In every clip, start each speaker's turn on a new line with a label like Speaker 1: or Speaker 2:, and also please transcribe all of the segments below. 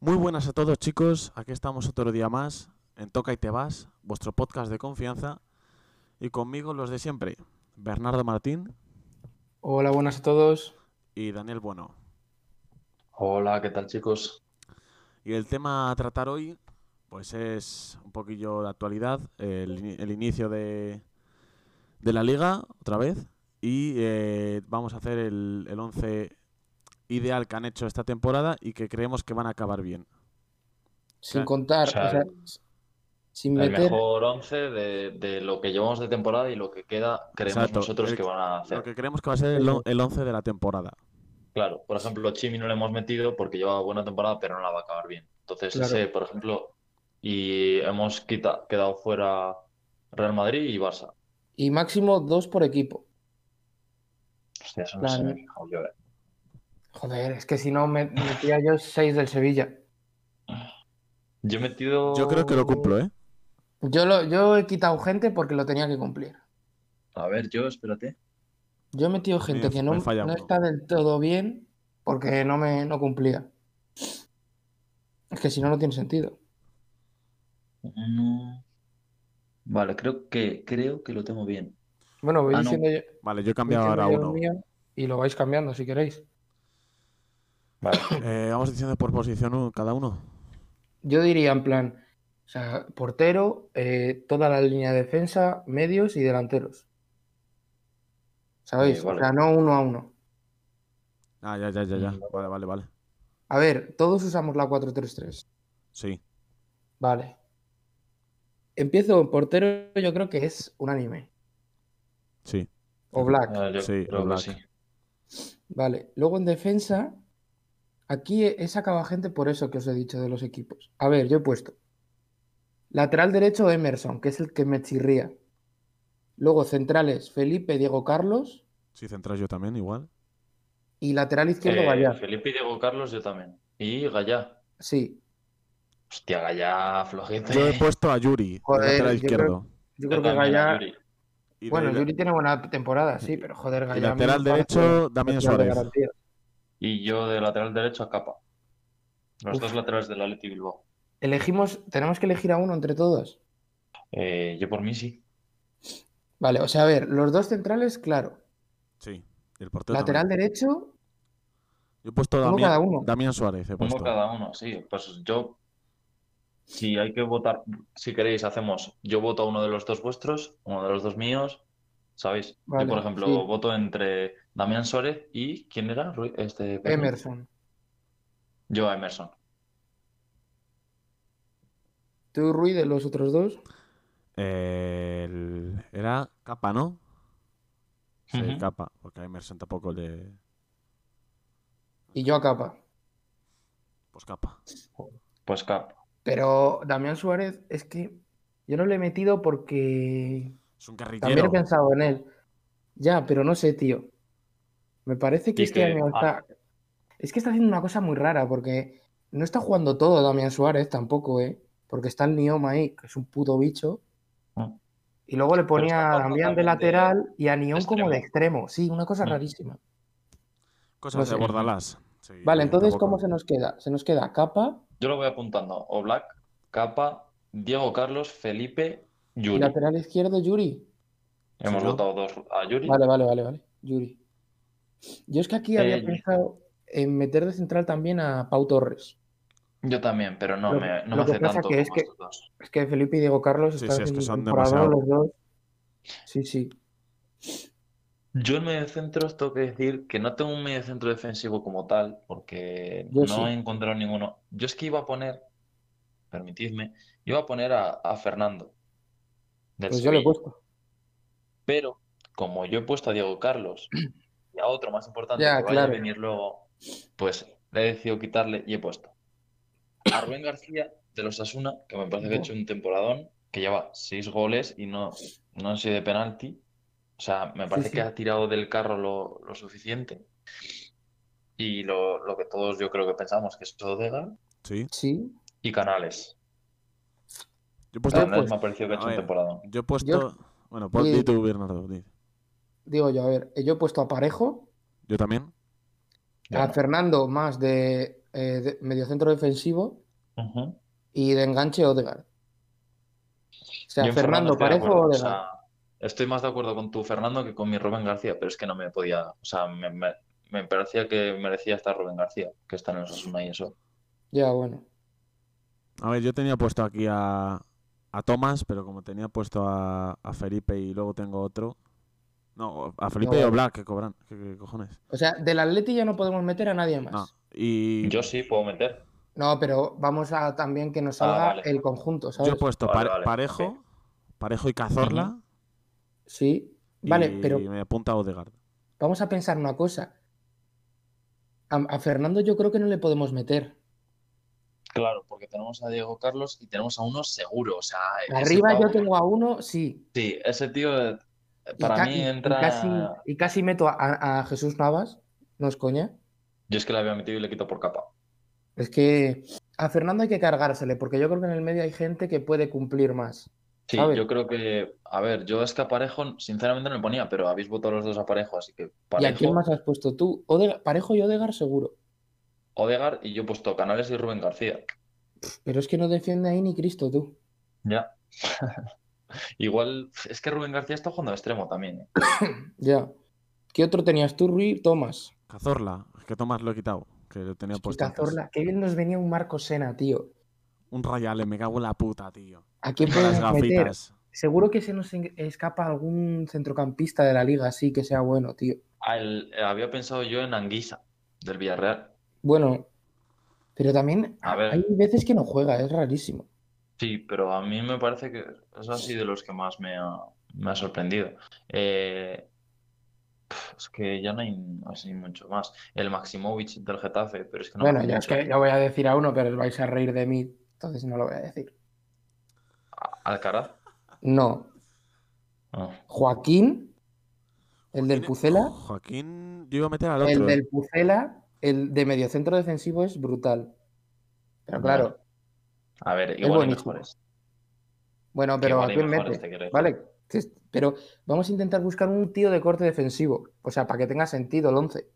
Speaker 1: Muy buenas a todos chicos, aquí estamos otro día más en Toca y Te Vas, vuestro podcast de confianza, y conmigo los de siempre, Bernardo Martín
Speaker 2: Hola, buenas a todos.
Speaker 1: y Daniel Bueno.
Speaker 3: Hola, ¿qué tal chicos?
Speaker 1: Y el tema a tratar hoy, pues es un poquillo de actualidad, el, ini- el inicio de, de la liga, otra vez, y eh, vamos a hacer el, el 11 ideal que han hecho esta temporada y que creemos que van a acabar bien.
Speaker 2: Sin
Speaker 1: Claro.
Speaker 2: contar,
Speaker 3: O sea,
Speaker 2: o sea, sin
Speaker 3: El
Speaker 2: meter,
Speaker 3: mejor 11 de, de lo que llevamos de temporada y lo que queda creemos
Speaker 1: Exacto.
Speaker 3: nosotros
Speaker 1: El-
Speaker 3: que van a hacer.
Speaker 1: Lo que creemos que va a ser el, on- el 11 de la temporada.
Speaker 3: Claro, por ejemplo, Chimi no le hemos metido porque lleva buena temporada, pero no la va a acabar bien. Entonces,
Speaker 2: Claro.
Speaker 3: ese, por ejemplo, y hemos quita- quedado fuera Real Madrid y Barça.
Speaker 2: y máximo dos por equipo.
Speaker 3: Hostia, eso no se
Speaker 2: Claro.
Speaker 3: me ha fijado yo, eh.
Speaker 2: Joder, es que si no me- metía yo seis del Sevilla.
Speaker 3: Yo he metido.
Speaker 1: Yo creo que lo cumplo, ¿eh?
Speaker 2: Yo, lo, yo he quitado gente porque lo tenía que cumplir.
Speaker 3: A ver, yo, espérate.
Speaker 2: Yo he metido gente
Speaker 1: Me-
Speaker 2: que no,
Speaker 1: me falla
Speaker 2: no
Speaker 1: uno.
Speaker 2: está del todo bien porque no me no cumplía. Es que si no, no tiene sentido.
Speaker 3: Uno. Vale, creo que, creo que lo tengo bien.
Speaker 2: Bueno, voy
Speaker 3: Ah, no.
Speaker 2: diciendo yo. voy
Speaker 1: Vale, yo he cambiado
Speaker 2: diciendo
Speaker 1: ahora
Speaker 2: yo
Speaker 1: uno.
Speaker 2: el mío y lo vais cambiando si queréis.
Speaker 3: Vale.
Speaker 1: Eh, vamos diciendo por posición uno, cada uno.
Speaker 2: Yo diría en plan, o sea, portero, eh, toda la línea de defensa, medios y delanteros. ¿Sabéis?
Speaker 3: Eh,
Speaker 2: O
Speaker 3: vale.
Speaker 2: sea, no uno a uno.
Speaker 1: Ah, ya, ya, ya, ya.
Speaker 3: Mm.
Speaker 1: Vale, vale, vale.
Speaker 2: A ver, todos usamos la 4-3-3.
Speaker 1: Sí.
Speaker 2: Vale. Empiezo en portero, yo creo que es unánime.
Speaker 1: Sí.
Speaker 2: O Black.
Speaker 3: Ah, yo
Speaker 1: Sí,
Speaker 3: creo que
Speaker 1: Black.
Speaker 3: sí.
Speaker 2: Vale. Luego en defensa, aquí he he sacado a gente por eso que os he dicho de los equipos. A ver, yo he puesto lateral derecho Emerson, que es el que me chirría. Luego centrales Felipe, Diego Carlos.
Speaker 1: Sí, central yo también, igual.
Speaker 2: Y lateral izquierdo
Speaker 3: Eh,
Speaker 2: Gallá.
Speaker 3: Felipe y Diego Carlos, yo también. Y Gallá.
Speaker 2: Sí.
Speaker 3: Hostia, Gallá, flojete.
Speaker 1: Yo he puesto a Yuri,
Speaker 2: Joder,
Speaker 1: lateral
Speaker 2: yo creo-
Speaker 1: izquierdo.
Speaker 2: Yo
Speaker 3: Yo
Speaker 2: creo que
Speaker 3: también, a
Speaker 2: Gallá.
Speaker 3: Yuri.
Speaker 1: Y de-
Speaker 2: Bueno,
Speaker 1: de-
Speaker 2: Yuri tiene buena temporada, sí, pero joder,
Speaker 1: y
Speaker 2: Gallá. a mí
Speaker 1: lateral
Speaker 2: me parece
Speaker 1: derecho,
Speaker 2: un
Speaker 1: Damián
Speaker 2: lateral de
Speaker 1: Suárez.
Speaker 2: garantía.
Speaker 3: Y yo de lateral derecho a Capa. Los
Speaker 2: Uf.
Speaker 3: dos laterales del Atleti Bilbao.
Speaker 2: Elegimos, tenemos que elegir a uno entre todos.
Speaker 3: Eh, yo por mí sí.
Speaker 2: Vale, o sea, a ver, los dos centrales, claro.
Speaker 1: Sí, y el portero
Speaker 2: Lateral
Speaker 1: también.
Speaker 2: derecho,
Speaker 1: Yo he puesto a
Speaker 2: uno
Speaker 1: Damián,
Speaker 2: cada uno.
Speaker 1: Damián Suárez. He
Speaker 3: Uno
Speaker 1: puesto.
Speaker 3: cada uno, sí. Pues yo, si hay que votar, si queréis, hacemos. Yo voto a uno de los dos vuestros, uno de los dos míos. ¿Sabéis?
Speaker 2: Vale,
Speaker 3: yo, por ejemplo,
Speaker 2: sí.
Speaker 3: voto entre Damián Suárez y. ¿Quién era? Ru- Este,
Speaker 2: Emerson.
Speaker 3: Yo a Emerson.
Speaker 2: Tú, Rui, de los otros dos.
Speaker 1: Eh, el- Era Capa, ¿no? Sí,
Speaker 3: Ujú.
Speaker 1: Capa, porque a Emerson tampoco le.
Speaker 2: Y yo a capa.
Speaker 1: Pues Capa.
Speaker 3: Pues Cap.
Speaker 2: Pero Damián Suárez, es que yo no le he metido porque
Speaker 1: Es un
Speaker 2: también
Speaker 1: guerrillero.
Speaker 2: he pensado en él. Ya, pero no sé, tío. Me parece que
Speaker 3: Y
Speaker 2: este
Speaker 3: que-
Speaker 2: año
Speaker 3: ah.
Speaker 2: está. Es que está haciendo una cosa muy rara porque no está jugando todo Damián Suárez tampoco, ¿eh? Porque está el Nioma ahí, que es un puto bicho.
Speaker 3: Ah.
Speaker 2: Y luego le ponía
Speaker 3: está
Speaker 2: a
Speaker 3: jugando
Speaker 2: Damián de
Speaker 3: también de-
Speaker 2: lateral y a Nión como
Speaker 3: extremo.
Speaker 2: de extremo. Sí, una cosa
Speaker 3: Mm.
Speaker 2: rarísima.
Speaker 1: Cosas
Speaker 2: no
Speaker 1: de
Speaker 2: sé.
Speaker 1: Bordalás. Sí,
Speaker 2: Vale, entonces,
Speaker 1: tampoco-
Speaker 2: ¿cómo se nos queda? Se nos queda Capa
Speaker 3: Yo lo voy apuntando. O Black, Capa, Diego Carlos, Felipe,
Speaker 2: y
Speaker 3: Yuri.
Speaker 2: lateral izquierdo Yuri.
Speaker 3: Hemos
Speaker 1: Sí, ¿no?
Speaker 3: votado dos a Yuri.
Speaker 2: Vale, vale, vale, vale. Yuri. Yo es que aquí había
Speaker 3: Eh,
Speaker 2: pensado en meter de central también a Pau Torres.
Speaker 3: Yo también, pero no
Speaker 2: Lo-
Speaker 3: me, no
Speaker 2: lo
Speaker 3: me
Speaker 2: que
Speaker 3: hace
Speaker 2: pasa
Speaker 3: tanto
Speaker 2: que es
Speaker 3: como
Speaker 2: que-
Speaker 3: estos dos.
Speaker 2: Es que Felipe y Diego Carlos
Speaker 1: Sí,
Speaker 2: están
Speaker 1: sí, es que
Speaker 2: haciendo
Speaker 1: son
Speaker 2: un temporadón
Speaker 1: demasiado.
Speaker 2: los dos. Sí, sí.
Speaker 3: Yo en mediocentros tengo que decir que no tengo un mediocentro defensivo como tal, porque
Speaker 2: Yo
Speaker 3: no
Speaker 2: sí.
Speaker 3: he encontrado ninguno. Yo es que iba a poner, permitidme, iba a poner a, a Fernando del
Speaker 2: Pues yo le he
Speaker 3: Sevilla,
Speaker 2: puesto.
Speaker 3: pero como yo he puesto a Diego Carlos y a otro más importante
Speaker 2: Ya,
Speaker 3: que vaya
Speaker 2: claro.
Speaker 3: a venir luego, pues le he decidido quitarle y he puesto a Rubén García de los Asuna, que me parece que ha hecho un temporadón, que lleva seis goles y no, no han sido de penalti. O sea, me parece
Speaker 2: sí.
Speaker 3: que ha tirado del carro lo, lo suficiente. Y lo, lo que todos yo creo que pensamos que es Odega
Speaker 1: Sí.
Speaker 2: Sí.
Speaker 3: y Canales.
Speaker 1: Yo he
Speaker 2: Pues
Speaker 1: puesto.
Speaker 3: Canales me ha parecido que
Speaker 1: a
Speaker 3: ha hecho un
Speaker 1: ver.
Speaker 3: temporadón.
Speaker 1: Yo he puesto. Bueno,
Speaker 2: Sí.
Speaker 1: pon di tú, Bernardo. di.
Speaker 2: Digo yo, a ver, yo he puesto a Parejo,
Speaker 1: Yo también.
Speaker 3: Yo
Speaker 2: a
Speaker 3: no.
Speaker 2: Fernando más de eh, de- mediocentro defensivo
Speaker 3: Ujú.
Speaker 2: y de enganche Odegaard. O sea,
Speaker 3: Yo en
Speaker 2: Fernando,
Speaker 3: estoy de
Speaker 2: Parejo
Speaker 3: acuerdo, o
Speaker 2: Odegaard.
Speaker 3: sea, estoy más de acuerdo con tu Fernando que con mi Rubén García, pero es que no me podía. O sea, me, me- me parecía que merecía estar Rubén García, que está en el Osasuna y eso.
Speaker 2: Ya, bueno.
Speaker 1: A ver, yo tenía puesto aquí a, a Tomás, pero como tenía puesto a, a Felipe y luego tengo otro. No, a Felipe
Speaker 2: No.
Speaker 1: o Black, que cobran. ¿Qué, qué cojones?
Speaker 2: O sea, del Atleti ya no podemos meter a nadie más.
Speaker 1: No. Y
Speaker 3: Yo sí puedo meter.
Speaker 2: No, pero vamos a también que nos
Speaker 3: Ah,
Speaker 2: salga
Speaker 3: vale.
Speaker 2: el conjunto,
Speaker 1: yo pues-
Speaker 2: ¿sabes?
Speaker 1: he puesto
Speaker 3: Vale,
Speaker 1: Pare-
Speaker 3: vale,
Speaker 1: Parejo,
Speaker 3: ok.
Speaker 1: Parejo y Cazorla.
Speaker 2: Sí. Vale,
Speaker 1: y
Speaker 2: pero
Speaker 1: me apunta Odegaard.
Speaker 2: vamos a pensar una cosa. A, a Fernando yo creo que no le podemos meter.
Speaker 3: Claro, porque tenemos a Diego Carlos y tenemos a uno seguro. O sea, ese
Speaker 2: Arriba yo
Speaker 3: pavo-
Speaker 2: tengo a uno, sí.
Speaker 3: Sí, ese tío eh,
Speaker 2: Y
Speaker 3: para
Speaker 2: ca-
Speaker 3: mí
Speaker 2: y- y
Speaker 3: entra.
Speaker 2: casi, y casi meto a, a Jesús Navas. No es coña.
Speaker 3: Yo es que le había metido y le quito por capa.
Speaker 2: Es que a Fernando hay que cargársele, porque yo creo que en el medio hay gente que puede cumplir más.
Speaker 3: Sí,
Speaker 2: ¿Sabes?
Speaker 3: yo creo que. A ver, yo es que a Parejo, sinceramente no le ponía, pero habéis votado los dos a Parejo, así que
Speaker 2: ¿Y a quién
Speaker 3: Parejo,
Speaker 2: más has puesto tú? Odega- Parejo y Odegar seguro.
Speaker 3: Odegar y yo he puesto Canales y Rubén García.
Speaker 2: Pero es que no defiende ahí ni Cristo tú.
Speaker 3: Ya. Igual, es que Rubén García está jugando de extremo también. ¿eh?
Speaker 2: Ya. ¿Qué otro tenías tú, Rui? Tomás.
Speaker 1: Cazorla, es que Tomás lo he quitado, que lo tenía
Speaker 2: Es que
Speaker 1: puesto. antes.
Speaker 2: Cazorla, qué bien nos venía un Marco Sena, tío.
Speaker 1: Un Rayale, me cago en la puta, tío.
Speaker 2: ¿A quién
Speaker 1: Con las
Speaker 2: podemos meter?
Speaker 1: gafitas.
Speaker 2: Seguro que se nos en- escapa algún centrocampista de la liga así que sea bueno, tío.
Speaker 3: Al- Ah, había pensado yo en Anguisa, del Villarreal.
Speaker 2: Bueno, pero también
Speaker 3: A ver.
Speaker 2: hay veces que no juega, es rarísimo.
Speaker 3: Sí, pero a mí me parece que es así de los que más me ha, me ha sorprendido. Eh, pf, es que ya no hay así mucho más. El Maximovic del Getafe, pero es que no me
Speaker 2: bueno,
Speaker 3: hace
Speaker 2: ya es
Speaker 3: mucho.
Speaker 2: que yo voy a decir a uno, pero os vais a reír de mí, entonces no lo voy a decir.
Speaker 3: A- Alcaraz.
Speaker 2: No,
Speaker 3: Ah.
Speaker 2: Joaquín, el del
Speaker 1: Joaquín-
Speaker 2: Pucela,
Speaker 1: Joaquín, yo iba a meter al otro.
Speaker 2: el
Speaker 1: eh.
Speaker 2: del Pucela, el de mediocentro defensivo es brutal. Pero claro,
Speaker 3: A ver, igual hay
Speaker 2: buenísimo.
Speaker 3: mejores.
Speaker 2: bueno,
Speaker 3: Que
Speaker 2: pero ¿a
Speaker 3: igual hay
Speaker 2: quién
Speaker 3: mejores,
Speaker 2: mete?
Speaker 1: este
Speaker 3: te quiero decir.
Speaker 2: Vale, que- pero vamos a intentar buscar un tío de corte defensivo, o sea, para que tenga sentido el 11.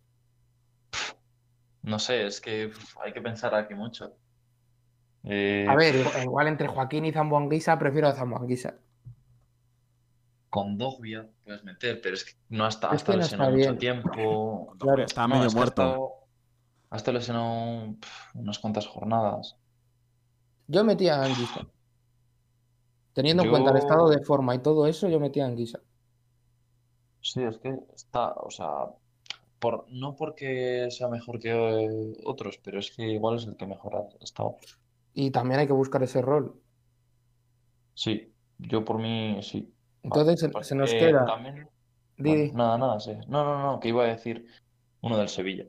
Speaker 3: No sé, es que pf, hay que pensar aquí mucho. Eh,
Speaker 2: A ver, igual- igual entre Joaquín y Zambuanguisa prefiero a Zambuanguisa.
Speaker 3: con Dogbia puedes meter, pero es que no hasta,
Speaker 2: Es
Speaker 3: hasta
Speaker 2: que no
Speaker 3: lesionado
Speaker 2: está
Speaker 3: mucho
Speaker 2: bien.
Speaker 3: tiempo.
Speaker 2: Claro,
Speaker 1: Está
Speaker 3: No,
Speaker 1: medio
Speaker 3: es que ha
Speaker 1: muerto.
Speaker 3: estado- ha estado lesionado pf, unas cuantas jornadas.
Speaker 2: Yo metía a Anguisa. Teniendo en
Speaker 3: Yo-
Speaker 2: cuenta el estado de forma y todo eso, yo metía a Anguisa.
Speaker 3: Sí, es que está, o sea, por, no porque sea mejor que eh, otros, pero es que igual es el que mejor ha estado.
Speaker 2: Y también hay que buscar ese rol.
Speaker 3: Ah, Sí, yo por mí sí.
Speaker 2: Entonces se-
Speaker 3: Pues,
Speaker 2: se nos
Speaker 3: eh,
Speaker 2: queda.
Speaker 3: también-
Speaker 2: Di, di.
Speaker 3: bueno, nada, nada, sí. No, no, no, que iba a decir uno del Sevilla.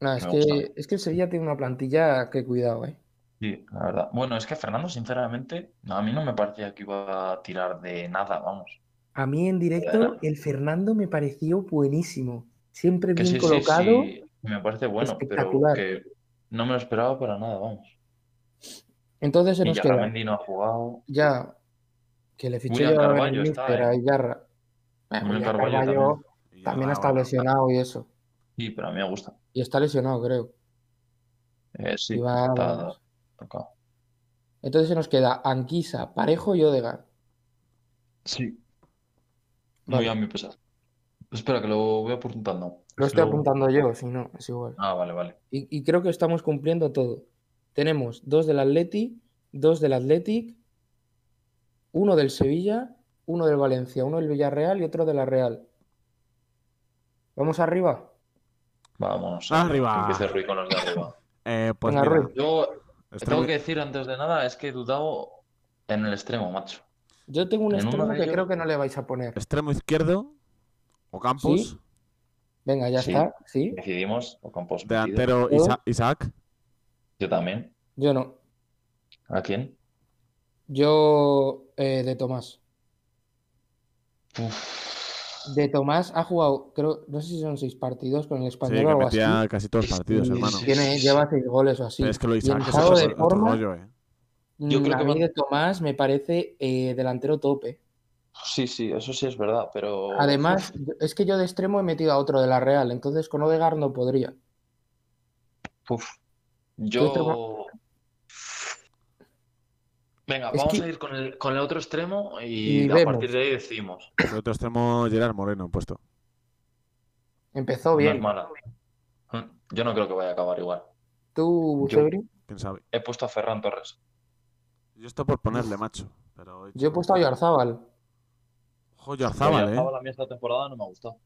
Speaker 2: No, es
Speaker 3: me
Speaker 2: que,
Speaker 3: gusta.
Speaker 2: es que el Sevilla tiene una plantilla que cuidado, ¿eh?
Speaker 3: Sí, la verdad. Bueno, es que Fernando, sinceramente, a mí no me parecía que iba a tirar de nada, vamos.
Speaker 2: A mí en directo
Speaker 3: Claro.
Speaker 2: el Fernando me pareció buenísimo. Siempre
Speaker 3: Que
Speaker 2: bien
Speaker 3: sí, sí,
Speaker 2: colocado.
Speaker 3: sí, me parece bueno, pero
Speaker 2: espectacular.
Speaker 3: que no me lo esperaba para nada, vamos.
Speaker 2: Entonces se
Speaker 3: Y
Speaker 2: nos queda.
Speaker 3: Yarramendi no ha jugado.
Speaker 2: Ya. Que le fichó
Speaker 3: William
Speaker 2: yo a
Speaker 3: Carvalho está,
Speaker 2: Mister, a
Speaker 3: ¿eh?
Speaker 2: Iyarra. Bueno,
Speaker 3: William
Speaker 2: William
Speaker 3: Carvalho
Speaker 2: Carvalho
Speaker 3: también.
Speaker 1: Y ya
Speaker 2: también
Speaker 1: va,
Speaker 2: ha estado
Speaker 1: bueno.
Speaker 2: lesionado y eso.
Speaker 3: Sí, pero a mí me gusta.
Speaker 2: Y está lesionado, creo.
Speaker 3: Eh, sí,
Speaker 2: Y va-
Speaker 3: está tocado.
Speaker 2: Entonces se nos queda Anquisa, Parejo y Odegaard.
Speaker 3: Sí.
Speaker 2: Vale.
Speaker 3: Muy a mi pesar. Espera, que lo voy apuntando.
Speaker 2: Lo
Speaker 3: Es que
Speaker 2: estoy
Speaker 3: luego-
Speaker 2: apuntando yo, si no, es igual.
Speaker 3: Ah, vale, vale.
Speaker 2: Y, y creo que estamos cumpliendo todo. Tenemos dos del Atleti, dos del Athletic, uno del Sevilla, uno del Valencia, uno del Villarreal y otro de la Real. ¿Vamos arriba?
Speaker 3: Vámonos.
Speaker 1: Arriba.
Speaker 3: Que empiece Rui con los de arriba.
Speaker 1: Eh, pues
Speaker 2: Venga,
Speaker 1: mira,
Speaker 2: Rui.
Speaker 3: Yo
Speaker 1: estoy
Speaker 3: tengo
Speaker 1: muy-
Speaker 3: que decir antes de nada, es que he dudado en el extremo, macho.
Speaker 2: Yo tengo un
Speaker 3: En uno
Speaker 2: extremo
Speaker 3: de
Speaker 2: que
Speaker 3: ellos-
Speaker 2: creo que no le vais a poner.
Speaker 1: extremo izquierdo, o Campos,
Speaker 2: Venga, ya
Speaker 3: Sí.
Speaker 2: está. Sí,
Speaker 3: Decidimos, o Campos metido.
Speaker 1: delantero
Speaker 2: Yo-
Speaker 1: Isa- Isaac,
Speaker 3: Yo también.
Speaker 2: yo no.
Speaker 3: ¿A quién?
Speaker 2: Yo eh, de Tomás. De Tomás ha jugado, creo, no sé si son seis partidos con el
Speaker 1: sí,
Speaker 2: español o
Speaker 1: que
Speaker 2: algo
Speaker 1: metía
Speaker 2: así.
Speaker 1: casi todos los
Speaker 3: Sí,
Speaker 1: partidos,
Speaker 2: Y
Speaker 1: hermano.
Speaker 2: tiene, lleva seis goles o así.
Speaker 1: Pero es que lo de
Speaker 2: Y en
Speaker 1: Isaac es
Speaker 2: estado
Speaker 1: otro,
Speaker 2: de
Speaker 1: otro
Speaker 2: forma,
Speaker 1: rollo, eh.
Speaker 3: Yo creo
Speaker 2: Mm, a
Speaker 3: que
Speaker 2: mí
Speaker 3: van-
Speaker 2: de Tomás me parece eh, delantero tope.
Speaker 3: Sí, sí, eso sí es verdad, pero.
Speaker 2: Además, es que yo de extremo he metido a otro de la Real, entonces con Odegaard no podría.
Speaker 3: Uf, uf. Yo. Venga,
Speaker 2: Es
Speaker 3: vamos
Speaker 2: que-
Speaker 3: a ir con el, con el otro extremo
Speaker 2: Y
Speaker 3: y, a
Speaker 2: vemos.
Speaker 3: partir de ahí decimos.
Speaker 1: El otro extremo, Gerard Moreno, he puesto.
Speaker 2: Empezó
Speaker 3: No
Speaker 2: bien.
Speaker 3: es mala. Mm, Yo no creo que vaya a acabar igual.
Speaker 2: Tú, Busebri.
Speaker 1: ¿Quién sabe?
Speaker 3: He puesto a Ferran Torres.
Speaker 1: Yo estoy por ponerle, macho. Pero
Speaker 2: Yo he puesto a Yarzábal.
Speaker 1: Ojo, Yarzábal,
Speaker 3: Oyarzabal
Speaker 1: ¿eh?
Speaker 3: a mí esta temporada no me ha gustado.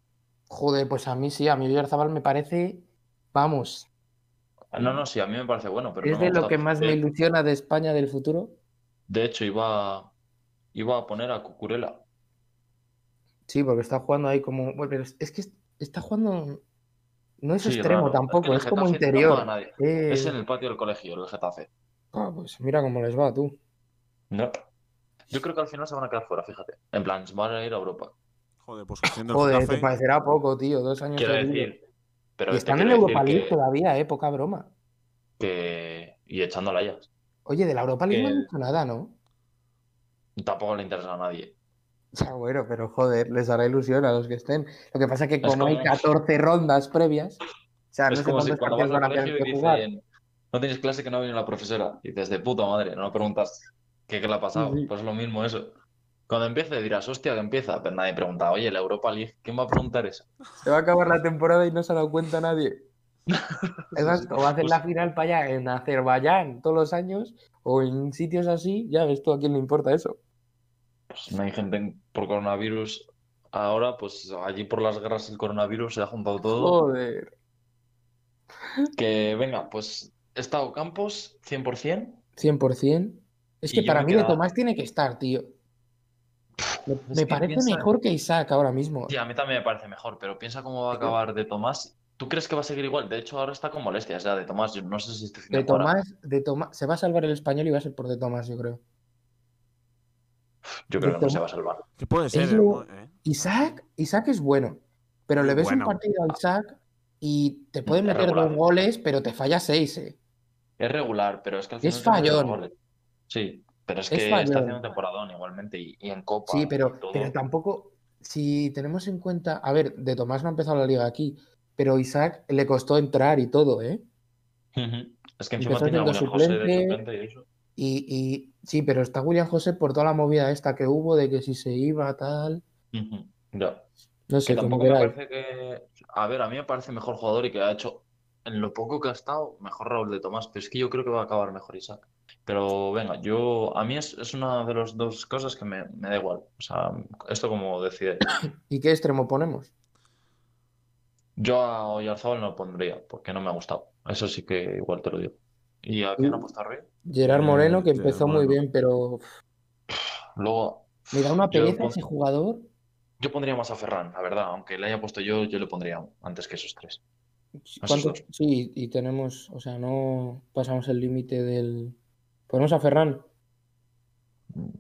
Speaker 2: Joder, pues a mí sí, a mí Yarzábal me parece, vamos,
Speaker 3: No, no, sí, a mí me parece bueno, pero
Speaker 2: Ah, es
Speaker 3: no me
Speaker 2: de lo
Speaker 3: ha gustado.
Speaker 2: que más me
Speaker 3: De-
Speaker 2: ilusiona de España del futuro.
Speaker 3: De hecho, iba, iba a poner a Cucurella.
Speaker 2: Sí, porque está jugando ahí como. Bueno, pero es es que está jugando. No es
Speaker 3: Sí,
Speaker 2: extremo
Speaker 3: raro.
Speaker 2: tampoco,
Speaker 3: El
Speaker 2: es como
Speaker 3: Getafe no
Speaker 2: interior.
Speaker 3: juega a nadie.
Speaker 2: Eh,
Speaker 3: Es en el patio del colegio, el Getafe.
Speaker 2: ah, pues mira cómo les va tú.
Speaker 3: No. Yo creo que al final se van a quedar fuera, fíjate. En plan, van a ir a Europa.
Speaker 1: Joder, pues siendo el
Speaker 2: Joder, este te
Speaker 1: Getafe,
Speaker 2: parecerá poco, tío, dos años
Speaker 3: Quiero
Speaker 2: seguidos.
Speaker 3: decir. Pero
Speaker 2: Y
Speaker 3: te
Speaker 2: están en
Speaker 3: quiero
Speaker 2: Europa
Speaker 3: decir
Speaker 2: League
Speaker 3: que-
Speaker 2: todavía, eh, poca broma.
Speaker 3: que- Y echando a Layas.
Speaker 2: Oye, de la Europa League no han
Speaker 3: Que-
Speaker 2: dicho nada, ¿no?
Speaker 3: Tampoco le interesa a nadie.
Speaker 2: O sea, bueno, pero joder, les hará ilusión a los que estén. Lo que pasa es que como, hay
Speaker 3: como-
Speaker 2: 14 rondas previas, o sea, Ah, no
Speaker 3: es
Speaker 2: sé
Speaker 3: como si
Speaker 2: cuántos
Speaker 3: cuando
Speaker 2: partidos
Speaker 3: vas
Speaker 2: van a
Speaker 3: al
Speaker 2: tener
Speaker 3: colegio
Speaker 2: que
Speaker 3: y
Speaker 2: jugar.
Speaker 3: dicen, no tienes clase que no ha venido la profesora. Y dices, de puta madre, no preguntas qué, qué le ha pasado.
Speaker 2: Sí, sí.
Speaker 3: Pues lo mismo eso. Cuando empiece dirás, hostia, que empieza. Pero nadie pregunta, oye, la Europa League, ¿quién va a preguntar eso?
Speaker 2: Se va a acabar la temporada y no se ha dado cuenta nadie. Exacto, o hacer la
Speaker 3: Pues
Speaker 2: final para allá en Azerbaiyán todos los años o en sitios así, ya ves tú a quién le importa eso.
Speaker 3: Pues no hay gente en- por coronavirus ahora, pues allí por las guerras del coronavirus se ha juntado todo.
Speaker 2: Oh. Joder.
Speaker 3: Que venga, pues estado Campos, 100%.
Speaker 2: 100%. Es
Speaker 3: Y
Speaker 2: que
Speaker 3: yo
Speaker 2: para
Speaker 3: me
Speaker 2: mí de
Speaker 3: quedaba-
Speaker 2: Tomás tiene que estar, tío. Me,
Speaker 3: es
Speaker 2: me
Speaker 3: que
Speaker 2: parece
Speaker 3: piensa-
Speaker 2: mejor que Isaac ahora mismo.
Speaker 3: Sí, a mí también me parece mejor, pero piensa cómo va a acabar de Tomás. ¿Tú crees que va a seguir igual? De hecho, ahora está con molestias ya de Tomás. Yo no sé si este fin
Speaker 2: De
Speaker 3: de temporada-
Speaker 2: Tomás, de Tomás, se va a salvar el español y va a ser por de Tomás, yo creo. de
Speaker 3: Yo creo que no se
Speaker 2: Tomás-
Speaker 3: va a salvar.
Speaker 1: que puede ser,
Speaker 2: Es
Speaker 1: eh,
Speaker 2: lo-
Speaker 1: ¿eh?
Speaker 2: Isaac, Isaac es bueno, pero le
Speaker 1: Es
Speaker 2: ves
Speaker 1: bueno.
Speaker 2: un partido a Isaac y te pueden
Speaker 3: Es
Speaker 2: meter
Speaker 3: regular.
Speaker 2: dos goles, pero te falla seis, eh.
Speaker 3: Es regular, pero es que al final
Speaker 2: Es
Speaker 3: se mete los
Speaker 2: fallón.
Speaker 3: goles. Sí, pero es
Speaker 2: Es
Speaker 3: que
Speaker 2: fallón.
Speaker 3: está haciendo temporadón igualmente y, y en Copa.
Speaker 2: Sí,
Speaker 3: y
Speaker 2: pero,
Speaker 3: todo.
Speaker 2: pero tampoco, si tenemos en cuenta, a ver, de Tomás no ha empezado la liga aquí, pero Isaac le costó entrar y todo, ¿eh?
Speaker 3: Ujú. Es que encima
Speaker 2: Empezó
Speaker 3: tiene
Speaker 2: siendo
Speaker 3: a William José de
Speaker 2: suplente.
Speaker 3: suplente y eso.
Speaker 2: Y, y sí, pero está William José por toda la movida esta que hubo de que si se iba, tal,
Speaker 3: Ujú. Ya.
Speaker 2: no
Speaker 3: Que
Speaker 2: sé, como
Speaker 3: tampoco me
Speaker 2: queráis.
Speaker 3: parece que. A ver, a mí me parece mejor jugador y que ha hecho, en lo poco que ha estado, mejor Raúl de Tomás. Pero es que yo creo que va a acabar mejor Isaac. Pero venga, yo. A mí es, es una de las dos cosas que me, me da igual. O sea, esto como decide.
Speaker 2: ¿Y qué extremo ponemos?
Speaker 3: Yo a Oyarzabal no pondría, porque no me ha gustado. Eso sí que igual te lo digo. ¿Y a quién ha puesto arriba?
Speaker 2: Gerard
Speaker 1: Eh,
Speaker 2: Moreno, que
Speaker 1: Gerard
Speaker 2: empezó muy
Speaker 1: Moreno.
Speaker 2: bien, pero uf,
Speaker 3: Luego,
Speaker 2: me da una
Speaker 3: Yo
Speaker 2: pereza
Speaker 3: pon-
Speaker 2: ese jugador.
Speaker 3: yo pondría más a Ferran, la verdad. Aunque le haya puesto yo, yo le pondría antes que esos tres.
Speaker 2: ¿Cuántos-
Speaker 3: dos.
Speaker 2: Sí, y tenemos, o sea, no pasamos el límite del... Ponemos a Ferran.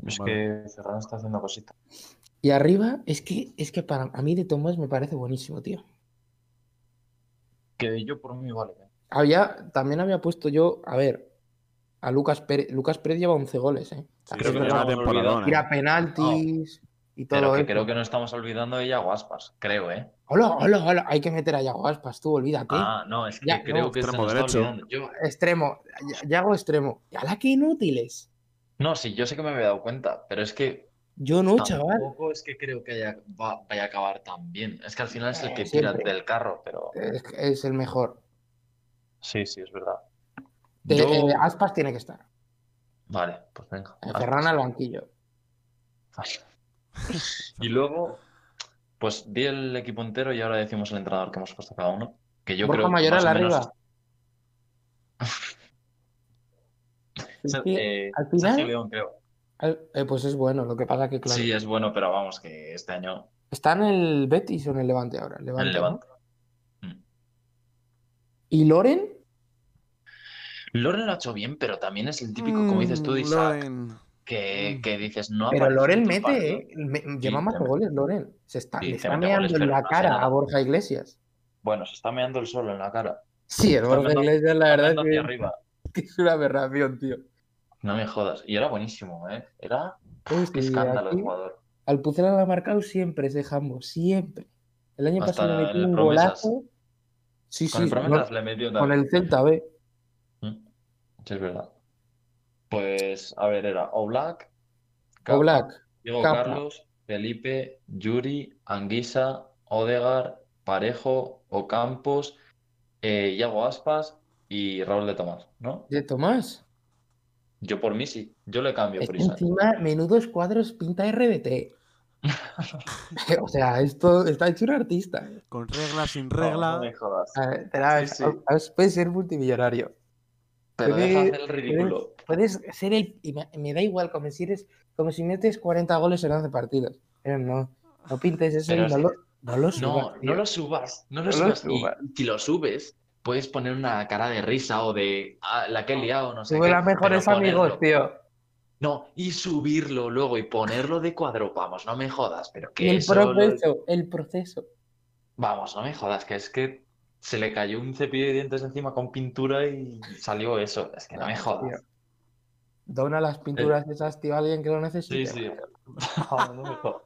Speaker 3: Es
Speaker 1: Vale.
Speaker 3: que Ferran está haciendo cositas.
Speaker 2: Y arriba, es que, es que para a mí de Tomás me parece buenísimo, tío.
Speaker 3: Que yo por mí vale.
Speaker 2: Había, también había puesto yo, a ver, a Lucas Pérez. Lucas Pérez lleva 11 goles, ¿eh?
Speaker 1: Sí,
Speaker 3: creo
Speaker 1: sí,
Speaker 3: que
Speaker 1: lleva
Speaker 3: no,
Speaker 1: temporadona,
Speaker 3: olvidado.
Speaker 1: eh.
Speaker 2: Tira penaltis y todo
Speaker 3: Pero que
Speaker 2: eso.
Speaker 3: creo que no estamos olvidando de Iago Aspas, creo, ¿eh?
Speaker 2: Hola, hola, hola. Hay que meter a Yago Aspas, tú, olvídate.
Speaker 3: Ah, no, es que
Speaker 2: Ya,
Speaker 3: creo
Speaker 2: no.
Speaker 3: que se
Speaker 1: Extremo
Speaker 3: nos está
Speaker 1: derecho.
Speaker 3: olvidando. Yo-
Speaker 2: Extremo, Ya- Yago extremo. ¡Hala, qué inútiles!
Speaker 3: no, sí, yo sé que me había dado cuenta, pero es que
Speaker 2: Yo no, chaval.
Speaker 3: tampoco es que creo que haya- va- vaya a acabar tan bien. Es que al final es el
Speaker 2: Eh,
Speaker 3: que tira
Speaker 2: siempre. Eh.
Speaker 3: del carro, pero
Speaker 2: Es, es el mejor.
Speaker 3: sí, sí, es verdad.
Speaker 2: De-
Speaker 3: Yo-
Speaker 2: eh, Aspas tiene que estar.
Speaker 3: Vale, pues venga.
Speaker 2: Eh, Ferran al banquillo.
Speaker 3: Y luego, pues di el equipo entero y ahora decimos el entrenador que hemos puesto cada uno. Que yo
Speaker 2: Borja
Speaker 3: creo que
Speaker 2: Mayoral
Speaker 3: más o menos-
Speaker 2: arriba. Es
Speaker 3: Ser-
Speaker 2: que,
Speaker 3: eh,
Speaker 2: al final-
Speaker 3: Sergio León, creo.
Speaker 2: al- eh, pues es bueno, lo que pasa que, claro.
Speaker 3: Sí, es bueno, pero vamos, que este año
Speaker 2: Está en el Betis o en el Levante ahora.
Speaker 3: en
Speaker 2: Levante,
Speaker 3: el
Speaker 2: ¿no?
Speaker 3: Levante.
Speaker 2: ¿Y Loren?
Speaker 3: Loren lo ha hecho bien, pero también es el típico, como dices tú, de
Speaker 1: Mm,
Speaker 3: Isaac,
Speaker 1: Loren.
Speaker 3: que,
Speaker 1: Mm.
Speaker 3: que dices, no
Speaker 2: Pero
Speaker 3: aparece
Speaker 2: Loren
Speaker 3: en tu
Speaker 2: mete,
Speaker 3: partido.
Speaker 2: ¿eh? Me- lleva
Speaker 3: te
Speaker 2: más
Speaker 3: mete.
Speaker 2: goles, Loren. Se está,
Speaker 3: Sí,
Speaker 2: le
Speaker 3: te
Speaker 2: está
Speaker 3: mete
Speaker 2: meando
Speaker 3: goles,
Speaker 2: en
Speaker 3: pero
Speaker 2: la
Speaker 3: no hace
Speaker 2: cara
Speaker 3: nada.
Speaker 2: a Borja Iglesias.
Speaker 3: Bueno, se está meando el sol en la cara.
Speaker 2: Sí, el
Speaker 3: Está
Speaker 2: Borja
Speaker 3: andando-
Speaker 2: Iglesias, la verdad
Speaker 3: Andando hacia
Speaker 2: es
Speaker 3: arriba.
Speaker 2: que, que es una aberración, tío.
Speaker 3: No me jodas. Y era buenísimo, ¿eh? Era...
Speaker 2: Uy,
Speaker 3: Qué
Speaker 2: sí,
Speaker 3: escándalo el
Speaker 2: aquí,
Speaker 3: jugador.
Speaker 2: al Pucela lo ha marcado siempre ese jambo, siempre. El año
Speaker 3: Hasta
Speaker 2: pasado le metió
Speaker 3: el
Speaker 2: un
Speaker 3: Promesas.
Speaker 2: golazo. Sí,
Speaker 3: Con
Speaker 2: sí,
Speaker 3: el Promesas
Speaker 2: no,
Speaker 3: le metió
Speaker 2: con
Speaker 3: también.
Speaker 2: el Celta, B.
Speaker 3: Mm. Sí, es verdad. Pues, a ver, era Oblak, Capa,
Speaker 2: Oblak,
Speaker 3: Diego
Speaker 2: Capa.
Speaker 3: Carlos, Felipe, Yuri, Anguisa, Odegar, Parejo, Ocampos, eh, Iago Aspas y Raúl de Tomás, ¿no?
Speaker 2: de Tomás.
Speaker 3: Yo por mí sí, yo le cambio
Speaker 2: Es que
Speaker 3: prisa.
Speaker 2: encima, menudos cuadros pinta RBT. o sea, esto está hecho un artista.
Speaker 1: Con regla, sin
Speaker 3: No,
Speaker 1: regla.
Speaker 3: no me jodas.
Speaker 2: A ver, te la-
Speaker 3: Sí, sí.
Speaker 2: a- a- puedes ser multimillonario.
Speaker 3: Pero
Speaker 2: puede-
Speaker 3: deja de hacer el ridículo.
Speaker 2: Puedes ser el. y Me, me da igual, como si eres, como si metes 40 goles en 11 partidos. Pero no, no pintes eso y
Speaker 3: Pero
Speaker 2: no
Speaker 3: es-
Speaker 2: lo, no lo subas,
Speaker 3: No,
Speaker 2: tío.
Speaker 3: no lo subas, no
Speaker 2: No
Speaker 3: lo
Speaker 2: lo
Speaker 3: subas. Y
Speaker 2: subas.
Speaker 3: si lo subes, puedes poner una cara de risa o de "Ah, la que he liado, no sé
Speaker 2: Sube
Speaker 3: qué,
Speaker 2: las mejores
Speaker 3: pero
Speaker 2: amigos,
Speaker 3: ponerlo-
Speaker 2: tío.
Speaker 3: No, y subirlo luego y ponerlo de cuadro, vamos, no me jodas, pero que
Speaker 2: Y el
Speaker 3: eso lo-
Speaker 2: proceso, el proceso.
Speaker 3: Vamos, no me jodas, que es que se le cayó un cepillo de dientes encima con pintura y salió eso. Es que no me jodas.
Speaker 2: Ah, Tío. Dona las pinturas esas, tío, a alguien que lo
Speaker 3: Sí,
Speaker 2: necesite.
Speaker 3: sí.
Speaker 2: Joder,
Speaker 3: No me jodas.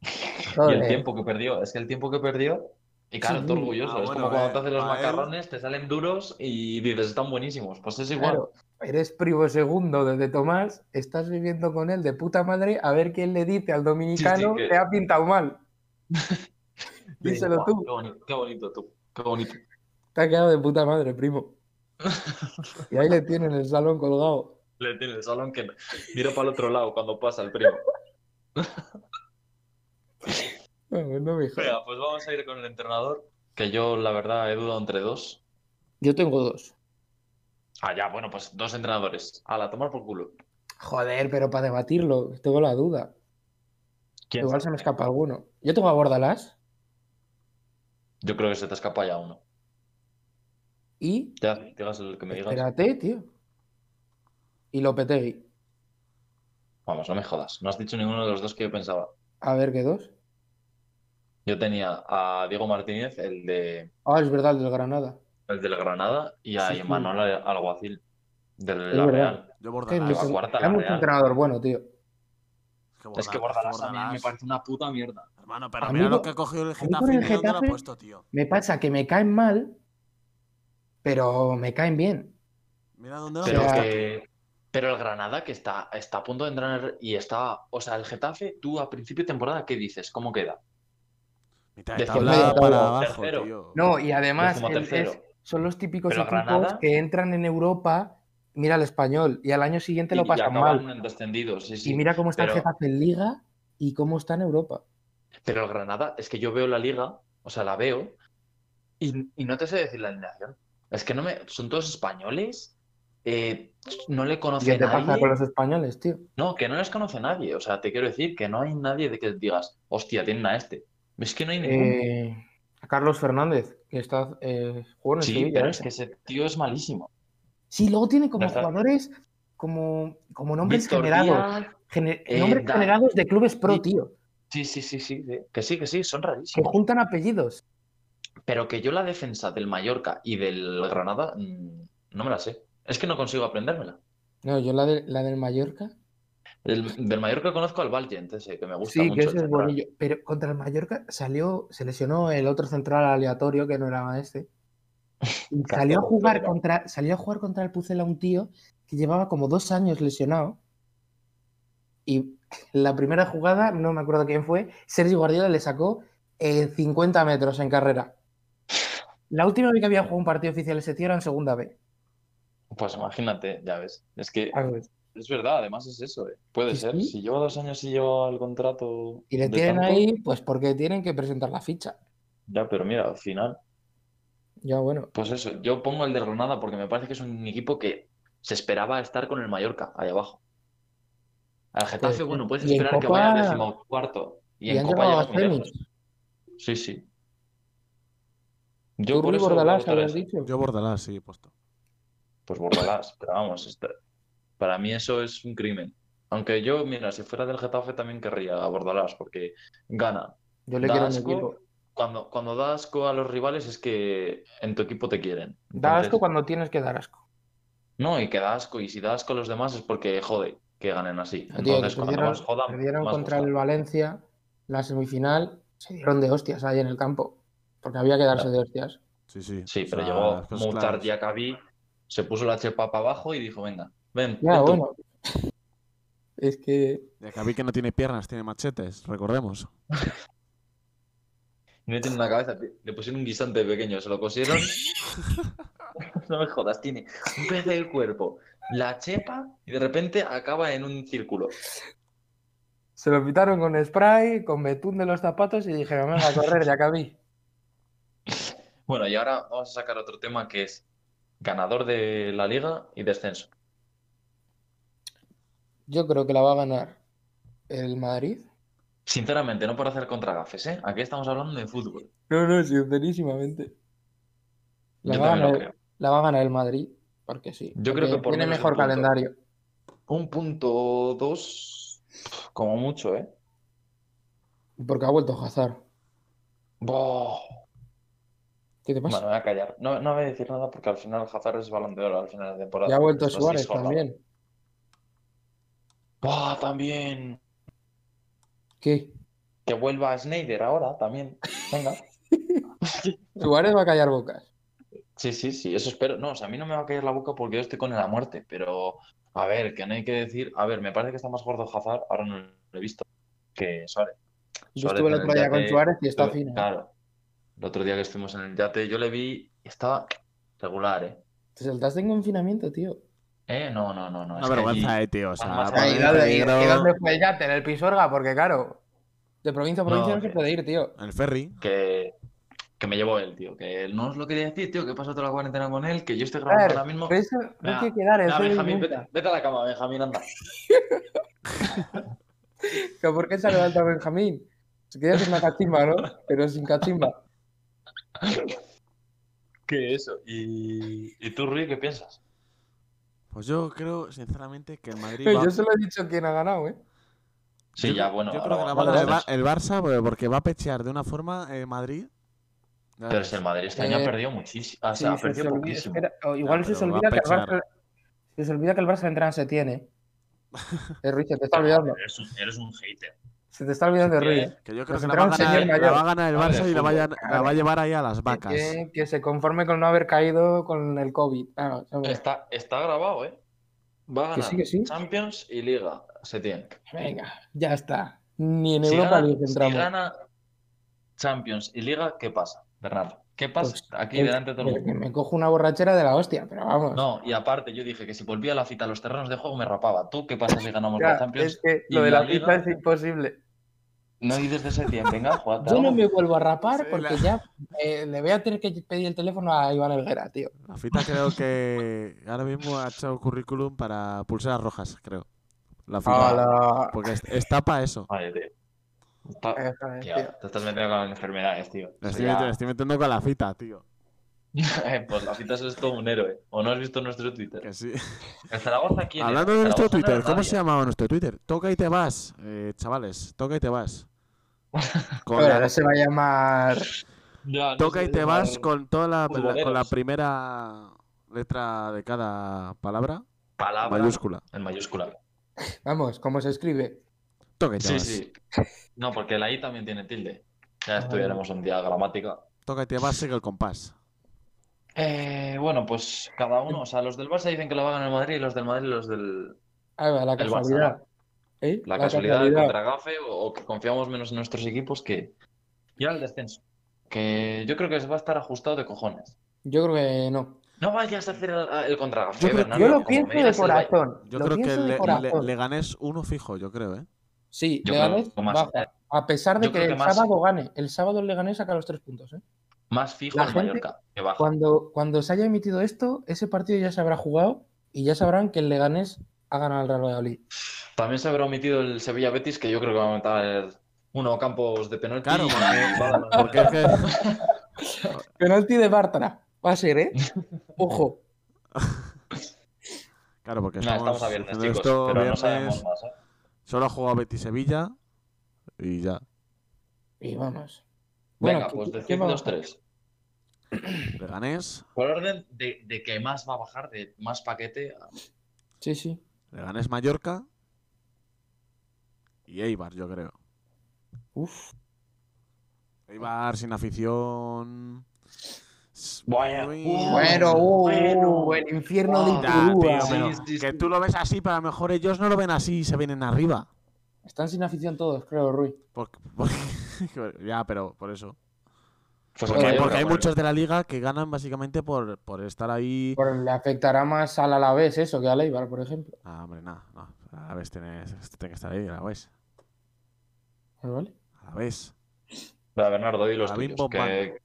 Speaker 3: Y
Speaker 2: joder.
Speaker 3: el tiempo que perdió, es que el tiempo que perdió, y claro,
Speaker 2: Sí.
Speaker 3: tú orgulloso,
Speaker 1: Ah,
Speaker 3: es
Speaker 1: bueno,
Speaker 3: como cuando te
Speaker 1: eh,
Speaker 3: hacen los
Speaker 1: para él-
Speaker 3: macarrones, te salen duros y dices, están buenísimos. Pues es igual.
Speaker 2: Claro, eres primo segundo desde Tomás, estás viviendo con él de puta madre, a ver quién le dice al dominicano
Speaker 3: que-
Speaker 2: te ha pintado mal.
Speaker 3: Y dices,
Speaker 2: Díselo
Speaker 3: "Buah,
Speaker 2: tú,
Speaker 3: Qué bonito, qué bonito tú, qué bonito.
Speaker 2: te ha quedado de puta madre, primo. Y ahí le tienen el salón colgado.
Speaker 3: Le tiene el salón que mira para el otro lado cuando pasa el primo.
Speaker 2: No, no me jodas.
Speaker 3: Venga, pues vamos a ir con el entrenador, que yo la verdad he dudado entre dos.
Speaker 2: Yo tengo dos.
Speaker 3: Ah, ya, bueno, pues dos entrenadores. A la tomar por culo.
Speaker 2: Joder, pero para debatirlo, tengo la duda.
Speaker 3: ¿Quién?
Speaker 2: Igual se me escapa alguno. Yo tengo a Bordalás
Speaker 3: Yo creo que se te escapa ya uno.
Speaker 2: y.
Speaker 3: Ya, digas el que me digas.
Speaker 2: Espérate, tío. Y Lopetegui.
Speaker 3: Vamos, no me jodas. No has dicho ninguno de los dos que yo pensaba.
Speaker 2: A ver qué dos.
Speaker 3: Yo tenía a Diego Martínez, el de
Speaker 2: Ah, es verdad, el del Granada.
Speaker 3: el del Granada, y a
Speaker 2: Sí, sí.
Speaker 3: Emanuel Alguacil,
Speaker 2: Es
Speaker 3: del La
Speaker 2: verdad.
Speaker 3: Real.
Speaker 1: Yo
Speaker 2: Hay
Speaker 1: Bordalás.
Speaker 3: la
Speaker 2: mucho-
Speaker 3: cuarta, la
Speaker 2: hay mucho
Speaker 3: Real.
Speaker 2: entrenador bueno, tío.
Speaker 3: Es que Bordalás también me parece una puta mierda.
Speaker 1: Hermano, pero
Speaker 2: A mí
Speaker 1: mira lo
Speaker 2: con-
Speaker 1: que ha cogido el
Speaker 2: con el
Speaker 1: Getafe y mira dónde lo ha
Speaker 2: Getafe-
Speaker 1: puesto, tío.
Speaker 2: Me pasa que me caen mal, pero me caen bien.
Speaker 1: Mira dónde lo ha
Speaker 3: Pero
Speaker 1: puesto.
Speaker 3: que. Pero el Granada que está, está a punto de entrar y está. O sea, el Getafe, tú a principio de temporada, ¿qué dices? ¿Cómo queda?
Speaker 1: Mitad de
Speaker 3: Después
Speaker 1: tabla
Speaker 2: medio
Speaker 1: para
Speaker 3: tabla,
Speaker 1: abajo,
Speaker 3: tercero.
Speaker 1: tío.
Speaker 2: No, y además
Speaker 3: Décimo
Speaker 2: el- es-
Speaker 3: tercero.
Speaker 2: son los típicos
Speaker 3: Pero
Speaker 2: equipos
Speaker 3: Granada-
Speaker 2: que entran en Europa, mira al español, y al año siguiente
Speaker 3: Y,
Speaker 2: lo
Speaker 3: y
Speaker 2: pasan
Speaker 3: acaban
Speaker 2: mal.
Speaker 3: en descendidos, sí, sí.
Speaker 2: Y mira cómo está el
Speaker 3: pero-
Speaker 2: Getafe en Liga y cómo está en Europa.
Speaker 3: Pero el Granada, es que yo veo la liga, o sea, la veo, y, y no te sé decir la alineación. Es que no me. Son todos españoles, eh, no le conoce
Speaker 2: ¿Qué te pasa
Speaker 3: nadie.
Speaker 2: con los españoles, tío?
Speaker 3: No, que no les conoce nadie. O sea, te quiero decir que no hay nadie de que digas, hostia, tienen a este. Es que no hay ninguno.
Speaker 2: Eh, a Carlos Fernández, que está eh, jugó en el
Speaker 3: sí,
Speaker 2: Sevilla,
Speaker 3: pero
Speaker 2: ¿eh?
Speaker 3: es que ese tío es malísimo.
Speaker 2: Sí, luego tiene como
Speaker 3: No está-
Speaker 2: jugadores, como, como nombres
Speaker 3: Víctor
Speaker 2: generados.
Speaker 3: Díaz,
Speaker 2: gener-
Speaker 3: eh,
Speaker 2: nombres
Speaker 3: Dan-
Speaker 2: generados de clubes pro,
Speaker 3: Sí.
Speaker 2: tío.
Speaker 3: Sí, sí, sí, sí, sí. Que sí, que sí, son
Speaker 2: Que
Speaker 3: rarísimos.
Speaker 2: juntan apellidos.
Speaker 3: Pero que yo la defensa del Mallorca y del Granada mm, no me la sé. Es que no consigo aprendérmela.
Speaker 2: No, yo la, de- la del Mallorca.
Speaker 3: El- del Mallorca conozco al Valiant, ese que me gusta
Speaker 2: Sí,
Speaker 3: mucho.
Speaker 2: que ese es
Speaker 3: central.
Speaker 2: bonillo. Pero contra el Mallorca salió, se lesionó el otro central aleatorio que no era este. Y
Speaker 3: Castro,
Speaker 2: salió a jugar
Speaker 3: pero-
Speaker 2: contra, salió a jugar contra el Pucela un tío que llevaba como dos años lesionado. Y la primera jugada, no me acuerdo quién fue, Sergio Guardiola le sacó eh, 50 metros en carrera. La última vez que había jugado un partido oficial ese tío era en segunda B.
Speaker 3: Pues imagínate, ya ves. Es que
Speaker 2: A ver,
Speaker 3: es verdad, además es eso, ¿eh? Puede
Speaker 2: Ah. Sí,
Speaker 3: ser.
Speaker 2: sí.
Speaker 3: Si lleva dos años y lleva el contrato
Speaker 2: Y le
Speaker 3: de
Speaker 2: tienen
Speaker 3: tanto,
Speaker 2: ahí, pues porque tienen que presentar la ficha.
Speaker 3: Ya, pero mira, al final.
Speaker 2: Ya bueno.
Speaker 3: Pues eso, yo pongo el de Granada porque me parece que es un equipo que se esperaba estar con el Mallorca ahí abajo. Al Getafe,
Speaker 2: Pues,
Speaker 3: bueno, puedes
Speaker 2: y en
Speaker 3: esperar que
Speaker 2: Copa-
Speaker 3: vaya decimocuarto. Y,
Speaker 2: Y,
Speaker 3: en
Speaker 2: han
Speaker 3: Copa
Speaker 2: llegado a
Speaker 3: llegas muy lejos.
Speaker 2: semis.
Speaker 3: Sí, sí.
Speaker 2: Yo
Speaker 3: Yo por
Speaker 2: Rui
Speaker 3: eso
Speaker 2: Bordalás
Speaker 3: voto
Speaker 2: habías
Speaker 3: tres.
Speaker 2: dicho.
Speaker 1: Yo Bordalás, sí, he puesto.
Speaker 3: Pues Bordalás, pero vamos, esta- para mí eso es un crimen. Aunque yo, mira, si fuera del Getafe también querría a Bordalás, porque gana.
Speaker 2: Yo le
Speaker 3: Da
Speaker 2: quiero a mi
Speaker 3: asco.
Speaker 2: equipo.
Speaker 3: Cuando, cuando da asco a los rivales es que en tu equipo te quieren.
Speaker 2: Da asco
Speaker 3: Entonces,
Speaker 2: cuando tienes que dar asco.
Speaker 3: No, y que da asco. Y si da asco a los demás es porque jode que ganen así.
Speaker 2: Tío, que
Speaker 3: Entonces, cuando
Speaker 2: perdieron,
Speaker 3: más jodan,
Speaker 2: perdieron
Speaker 3: más
Speaker 2: contra
Speaker 3: gusta.
Speaker 2: el Valencia la semifinal, se dieron de hostias ahí en el campo. Porque había que darse
Speaker 3: Ya.
Speaker 2: de hostias.
Speaker 1: Sí, sí.
Speaker 3: Sí,
Speaker 1: O
Speaker 3: pero
Speaker 1: sea, pues
Speaker 3: llegó
Speaker 1: las cosas
Speaker 3: Mutar
Speaker 1: claras.
Speaker 3: Diakabi se puso la chepa para abajo y dijo, venga, ven.
Speaker 2: Ya,
Speaker 3: ven tú".
Speaker 2: bueno. Es que.
Speaker 1: Ya que a mí que no tiene piernas, tiene machetes, recordemos.
Speaker 3: Y no tiene una cabeza, tío. le pusieron un guisante pequeño, se lo cosieron. no me jodas, tiene un pez del cuerpo, la chepa y de repente acaba en un círculo.
Speaker 2: Se lo pitaron con spray, con betún de los zapatos y dijeron, venga, a correr, ya acabé.
Speaker 3: Bueno, y ahora vamos a sacar otro tema que es ganador de la liga y descenso.
Speaker 2: Yo creo que la va a ganar el Madrid.
Speaker 3: Sinceramente, no por hacer contragafes, ¿eh? Aquí estamos hablando de fútbol.
Speaker 2: No, no, sincerísimamente. La
Speaker 3: Yo
Speaker 2: va a
Speaker 3: también lo
Speaker 2: ganar.
Speaker 3: creo.
Speaker 2: La va a ganar el Madrid, porque sí.
Speaker 3: Yo
Speaker 2: porque
Speaker 3: creo que por
Speaker 2: tiene
Speaker 3: menos de
Speaker 2: mejor
Speaker 3: un punto.
Speaker 2: calendario.
Speaker 3: Un punto dos, como mucho, ¿eh?
Speaker 2: Y Porque ha vuelto Hazard.
Speaker 3: Buah.
Speaker 2: ¿Qué te
Speaker 3: Bueno,
Speaker 2: pasa?
Speaker 3: me voy a callar. No, no voy a decir nada porque al final Hazard es balón de oro al final de temporada.
Speaker 2: ya ha vuelto
Speaker 3: Esto sí
Speaker 2: Suárez
Speaker 3: es jornada.
Speaker 2: también.
Speaker 3: Buah, también.
Speaker 2: ¿Qué?
Speaker 3: Que vuelva Snyder ahora también. Venga.
Speaker 2: Suárez va a callar bocas.
Speaker 3: Sí, sí, sí, eso espero. No, o sea, a mí no me va a caer la boca porque yo estoy con él a muerte, pero a ver, que no hay que decir. A ver, me parece que está más gordo Hazard, ahora no lo he visto, que Suárez.
Speaker 2: Yo
Speaker 3: Suárez
Speaker 2: estuve el
Speaker 3: en
Speaker 2: otro
Speaker 3: el
Speaker 2: día con
Speaker 3: yate,
Speaker 2: Suárez y está
Speaker 3: estuve-
Speaker 2: fino.
Speaker 3: Claro. El otro día que estuvimos en el yate, yo le vi y estaba regular, ¿eh?
Speaker 2: Te saltaste en confinamiento, tío.
Speaker 3: Eh, no, no, no, no.
Speaker 1: Una
Speaker 3: es que
Speaker 1: vergüenza,
Speaker 3: allí-
Speaker 1: eh, tío. O sea,
Speaker 3: Además,
Speaker 1: para
Speaker 3: ahí,
Speaker 1: mí
Speaker 2: ¿Y
Speaker 1: el
Speaker 2: dónde, y- y
Speaker 1: peligro-
Speaker 2: dónde fue el yate? ¿En el Pisorga? Porque claro, de provincia a provincia
Speaker 3: No,
Speaker 2: no se
Speaker 3: que-
Speaker 2: puede ir, tío.
Speaker 1: El ferry.
Speaker 3: que, que me llevó él, tío. Que no os lo quería decir, tío, que he pasado toda la cuarentena con él, que yo estoy grabando
Speaker 2: Claro,
Speaker 3: ahora mismo.
Speaker 2: Pero eso no
Speaker 3: Venga,
Speaker 2: hay que quedar,
Speaker 3: Venga,
Speaker 2: eso es
Speaker 3: Benjamín,
Speaker 2: nunca.
Speaker 3: vete, vete a la cama, Benjamín, anda.
Speaker 2: ¿Que ¿Por qué se levanta Benjamín? Se quería hacer una cachimba, ¿no? Pero sin cachimba.
Speaker 3: Que eso. ¿Y, y tú, Rui, qué piensas?
Speaker 1: Pues yo creo, sinceramente, que el Madrid. va-
Speaker 2: Yo solo he dicho quién ha ganado, ¿eh?
Speaker 3: Sí,
Speaker 1: yo
Speaker 3: ya,
Speaker 1: creo-
Speaker 3: bueno.
Speaker 1: Yo
Speaker 3: ahora
Speaker 1: creo que la va a
Speaker 3: vamos
Speaker 1: ganar el,
Speaker 3: a
Speaker 1: Bar-
Speaker 3: ver.
Speaker 1: el Barça porque- porque va a pechear de una forma eh, Madrid. Ya
Speaker 3: Pero
Speaker 1: ves.
Speaker 3: si el Madrid este año
Speaker 2: Eh,
Speaker 3: ha perdido muchísimo. O
Speaker 2: Sí,
Speaker 3: sea, ha
Speaker 2: se-
Speaker 3: perdido
Speaker 2: se olvida-
Speaker 3: poquísimo.
Speaker 2: espera, o igual
Speaker 1: Ya,
Speaker 2: se, se
Speaker 1: pero va
Speaker 2: olvida
Speaker 1: a
Speaker 2: que el
Speaker 1: pechar.
Speaker 2: Barça, se, se olvida que el Barça entra en septiembre. Eh, Ruiz, se te está olvidando.
Speaker 3: Eres un, eres un hater.
Speaker 2: Se te está olvidando,
Speaker 3: Septiembre,
Speaker 2: Ruiz.
Speaker 1: Que yo creo
Speaker 2: Nos
Speaker 1: que la
Speaker 2: entra
Speaker 1: va, a
Speaker 2: un
Speaker 1: ganar,
Speaker 2: señor
Speaker 1: la
Speaker 2: mayor.
Speaker 1: va a ganar el
Speaker 3: Madre
Speaker 1: Barça
Speaker 3: de
Speaker 1: y la va, a,
Speaker 3: fútbol.
Speaker 1: llan- la va a llevar ahí a las vacas.
Speaker 2: Que, que se conforme con no haber caído con el COVID. Ah, hombre.
Speaker 3: Está, está grabado, ¿eh? Va a
Speaker 2: Que
Speaker 3: ganar
Speaker 2: sí, que sí.
Speaker 3: Champions y Liga. Se tiene.
Speaker 2: Venga, ya está. Ni en
Speaker 3: Si
Speaker 2: Europa
Speaker 3: gana,
Speaker 2: League
Speaker 3: si
Speaker 2: entramos.
Speaker 3: gana Champions y Liga, ¿qué pasa, Bernardo? ¿Qué pasa
Speaker 2: Pues,
Speaker 3: aquí
Speaker 2: eh,
Speaker 3: delante de todo el
Speaker 2: me,
Speaker 3: mundo?
Speaker 2: me cojo una borrachera de la hostia, pero vamos.
Speaker 3: No, y aparte yo dije que si volvía la cita a los terrenos de juego me rapaba. ¿Tú qué pasa si ganamos
Speaker 2: Ya,
Speaker 3: la Champions?
Speaker 2: es que
Speaker 3: y
Speaker 2: lo de la
Speaker 3: la Liga.
Speaker 2: pista es imposible.
Speaker 3: No dices de ese tiempo, venga, jugate
Speaker 2: Yo no
Speaker 3: algo.
Speaker 2: me vuelvo a rapar
Speaker 1: Sí,
Speaker 2: porque
Speaker 1: la-
Speaker 2: ya eh, le voy a tener que pedir el teléfono a Iván Helguera, tío.
Speaker 1: La fita creo que ahora mismo ha hecho currículum para pulseras rojas, creo. La
Speaker 3: Ah,
Speaker 1: fita.
Speaker 2: Hola.
Speaker 1: Porque es- está para eso.
Speaker 3: Vale, tío. Está-
Speaker 2: Eh, joder,
Speaker 3: tío,
Speaker 2: tío.
Speaker 3: te estás metiendo con enfermedades, tío.
Speaker 1: Le
Speaker 3: Eso
Speaker 1: estoy,
Speaker 3: ya-
Speaker 1: metiendo- le estoy metiendo con la fita, tío.
Speaker 3: pues la cita es todo un héroe. ¿O no has visto nuestro Twitter?
Speaker 1: Que sí.
Speaker 3: Eh, El Zaragoza quién
Speaker 1: Hablando
Speaker 3: era?
Speaker 1: de nuestro
Speaker 3: Zaragoza no
Speaker 1: Twitter,
Speaker 3: era
Speaker 1: ¿cómo
Speaker 3: nadie.
Speaker 1: se llamaba nuestro Twitter? Toca y te vas, eh, chavales. Toca y te vas. Con
Speaker 2: Ahora
Speaker 1: la-
Speaker 2: se va a llamar.
Speaker 3: Ya, no
Speaker 1: toca
Speaker 3: sé,
Speaker 1: y te
Speaker 3: es
Speaker 1: vas
Speaker 3: mal.
Speaker 1: con toda la, la- con la
Speaker 3: futboleros.
Speaker 1: primera letra de cada palabra,
Speaker 3: Palabra
Speaker 1: mayúscula.
Speaker 3: en mayúscula.
Speaker 2: Vamos, ¿cómo se escribe?
Speaker 1: Toca y te
Speaker 3: Sí,
Speaker 1: vas.
Speaker 3: sí. No, porque la I también tiene tilde. Ya
Speaker 2: Ah.
Speaker 3: estudiaremos un día gramática.
Speaker 1: Toca y te vas, sigue el compás.
Speaker 3: Eh, bueno, pues cada uno, o sea, los del Barça dicen que lo va a ganar el Madrid y los del Madrid y los del
Speaker 2: Ahí va, Ah, la
Speaker 3: El Barça,
Speaker 2: casualidad. ¿Eh?
Speaker 3: la casualidad del contragafe o, o que confiamos menos en nuestros equipos que y ahora el descenso, que yo creo que se va a estar ajustado de cojones.
Speaker 2: Yo creo que no.
Speaker 3: No vayas a hacer el, el contragafe,
Speaker 1: Yo creo-
Speaker 3: Bernardo,
Speaker 2: Yo
Speaker 3: que
Speaker 2: lo
Speaker 3: como
Speaker 2: pienso
Speaker 3: me
Speaker 2: de
Speaker 3: digas el Bayern-
Speaker 2: corazón.
Speaker 1: Yo
Speaker 2: lo
Speaker 1: creo que
Speaker 2: pienso de
Speaker 1: le, le-
Speaker 2: corazón.
Speaker 1: le ganes uno fijo, yo creo, ¿eh?
Speaker 2: Sí,
Speaker 3: Yo
Speaker 2: Leganés
Speaker 3: creo que más-
Speaker 2: baja. A pesar de
Speaker 3: yo
Speaker 2: que
Speaker 3: creo
Speaker 2: el
Speaker 3: que más-
Speaker 2: sábado gane. El sábado el Leganés saca los tres puntos. ¿eh?
Speaker 3: Más fijo
Speaker 2: La
Speaker 3: el
Speaker 2: gente-
Speaker 3: Mallorca, que baja.
Speaker 2: Cuando, cuando se haya emitido esto, ese partido ya se habrá jugado y ya sabrán que el Leganés ha ganado al Real Valladolid.
Speaker 3: También se habrá omitido el Sevilla Betis, que yo creo que va a meter uno campos de penalti
Speaker 1: Claro,
Speaker 3: y
Speaker 1: porque-
Speaker 3: va a ganar.
Speaker 1: Porque es que.
Speaker 2: Penalti de Bartra. Va a ser, ¿eh? Ojo.
Speaker 1: Claro, porque
Speaker 3: Nah,
Speaker 1: estamos,
Speaker 3: estamos a viernes,
Speaker 1: haciendo
Speaker 3: chicos,
Speaker 1: esto
Speaker 3: pero no
Speaker 1: viernes,
Speaker 3: sabemos más, ¿eh?
Speaker 1: Solo ha jugado Betis Sevilla y ya.
Speaker 2: Y vamos. Bueno,
Speaker 3: Venga,
Speaker 2: ¿qué-
Speaker 3: pues
Speaker 2: qué
Speaker 3: decid
Speaker 2: vamos a
Speaker 3: los
Speaker 2: hacer?
Speaker 3: tres.
Speaker 1: Leganés,
Speaker 3: Por orden de, de que más va a bajar, de más paquete. a-
Speaker 2: Sí, sí.
Speaker 1: Leganés Mallorca y Eibar, yo creo.
Speaker 2: Uf.
Speaker 1: Eibar sin afición. s-
Speaker 3: Bueno,
Speaker 1: Bueno.
Speaker 2: Bueno, uh,
Speaker 3: bueno.
Speaker 2: el infierno de
Speaker 3: Ah,
Speaker 1: Ya,
Speaker 2: Iturbide.
Speaker 1: tío, pero
Speaker 3: Sí, sí,
Speaker 1: que
Speaker 3: sí.
Speaker 1: tú lo ves así, pero a lo mejor ellos no lo ven así y se vienen arriba.
Speaker 2: Están sin afición todos, creo, Rui.
Speaker 1: Por- por- ya, pero por eso.
Speaker 3: Pues
Speaker 1: Porque,
Speaker 3: Mallorca,
Speaker 1: porque hay
Speaker 3: bueno.
Speaker 1: muchos de la liga que ganan básicamente por, por estar ahí.
Speaker 2: Pero le afectará más al Alavés eso que al Eibar, por ejemplo.
Speaker 1: Ah, hombre, nada, no. A la vez tienes, tiene que estar ahí, a la vez.
Speaker 2: Ah, ¿Vale?
Speaker 1: A la vez.
Speaker 3: Va, Bernardo, di los
Speaker 1: David
Speaker 3: tuyos.
Speaker 1: Bombán.
Speaker 3: Que...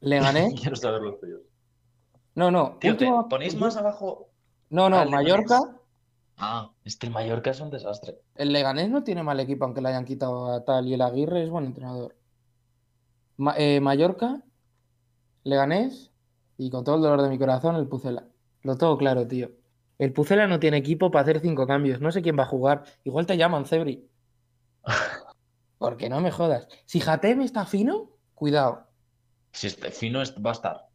Speaker 2: Le gané.
Speaker 3: Quiero saber los tuyos.
Speaker 2: No, no.
Speaker 3: Tío, te
Speaker 2: última-
Speaker 3: ponéis más abajo.
Speaker 2: No, no,
Speaker 3: al Leganés.
Speaker 2: Mallorca.
Speaker 3: Ah, este Mallorca es un desastre.
Speaker 2: El Leganés no tiene mal equipo, aunque le hayan quitado a tal. Y el Aguirre es buen entrenador. Ma- eh, Mallorca, Leganés y con todo el dolor de mi corazón, el Pucela. Lo tengo claro, tío. El Pucela no tiene equipo para hacer cinco cambios. No sé quién va a jugar. Igual te llaman, Cebri. Porque no me jodas. Si Jatem está fino, cuidado.
Speaker 3: Si este fino es- va a estar.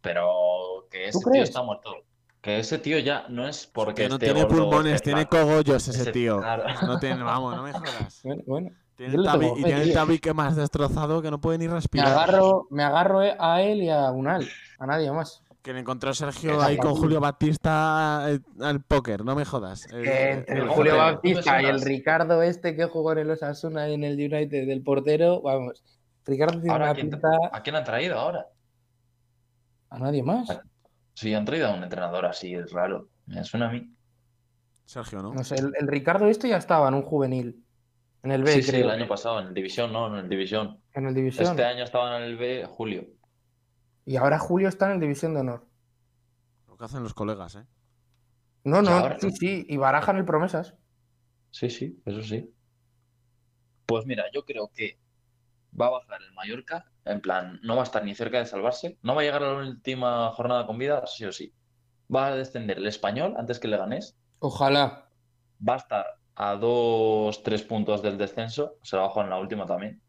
Speaker 3: Pero que ese tío
Speaker 2: crees?
Speaker 3: está muerto. Que ese tío ya no es porque.
Speaker 1: que no
Speaker 3: esté
Speaker 1: tiene
Speaker 3: gordo,
Speaker 1: pulmones,
Speaker 3: esté
Speaker 1: tiene
Speaker 3: flaco,
Speaker 1: cogollos ese
Speaker 3: esté-
Speaker 1: tío.
Speaker 3: claro.
Speaker 1: No tiene, vamos, no me jodas.
Speaker 2: Bueno, bueno.
Speaker 1: Tiene
Speaker 2: Yo
Speaker 1: el
Speaker 2: le
Speaker 1: tabi-
Speaker 2: tengo
Speaker 1: y
Speaker 2: fe,
Speaker 1: tiene el
Speaker 2: tío.
Speaker 1: tabique más destrozado que no puede ni
Speaker 2: Me
Speaker 1: respirar.
Speaker 2: agarro, me agarro eh, a él y a Unal. A nadie más.
Speaker 1: Que le encontró Sergio
Speaker 3: Esa
Speaker 1: ahí con
Speaker 2: familia.
Speaker 1: Julio Batista eh, al póker, no me jodas. Eh,
Speaker 2: entre
Speaker 1: eh,
Speaker 2: el
Speaker 3: el
Speaker 2: Julio
Speaker 3: portero,
Speaker 2: Bautista
Speaker 3: tú
Speaker 2: y el
Speaker 3: me suenas.
Speaker 2: Ricardo este que jugó en el Osasuna y en el United del portero, vamos. Ricardo tiene
Speaker 3: Ahora,
Speaker 2: una
Speaker 3: ¿quién-
Speaker 2: pinta
Speaker 3: ¿A quién han traído ahora?
Speaker 2: a nadie más.
Speaker 3: Sí, han traído a un entrenador así, es raro. Me suena a mí.
Speaker 1: Sergio, ¿no?
Speaker 2: No sé, el, el Ricardo este ya estaba en un juvenil, en el B,
Speaker 3: Sí, sí,
Speaker 2: creo,
Speaker 3: el año pasado, en el División, no, en el División.
Speaker 2: en el División.
Speaker 3: Este año estaba en el B, Julio.
Speaker 2: Y ahora Julio está en el División de Honor.
Speaker 1: Lo que hacen los colegas, ¿eh?
Speaker 2: No, no,
Speaker 3: Y ahora-
Speaker 2: sí, sí, y barajan el promesas.
Speaker 3: Sí, sí, eso sí. Pues mira, yo creo que va a bajar el Mallorca, en plan, no va a estar ni cerca de salvarse, no va a llegar a la última jornada con vida, sí o sí. Va a descender el Español antes que el Leganés,
Speaker 2: Ojalá.
Speaker 3: va a estar a dos, tres puntos del descenso, se la bajó en la última también,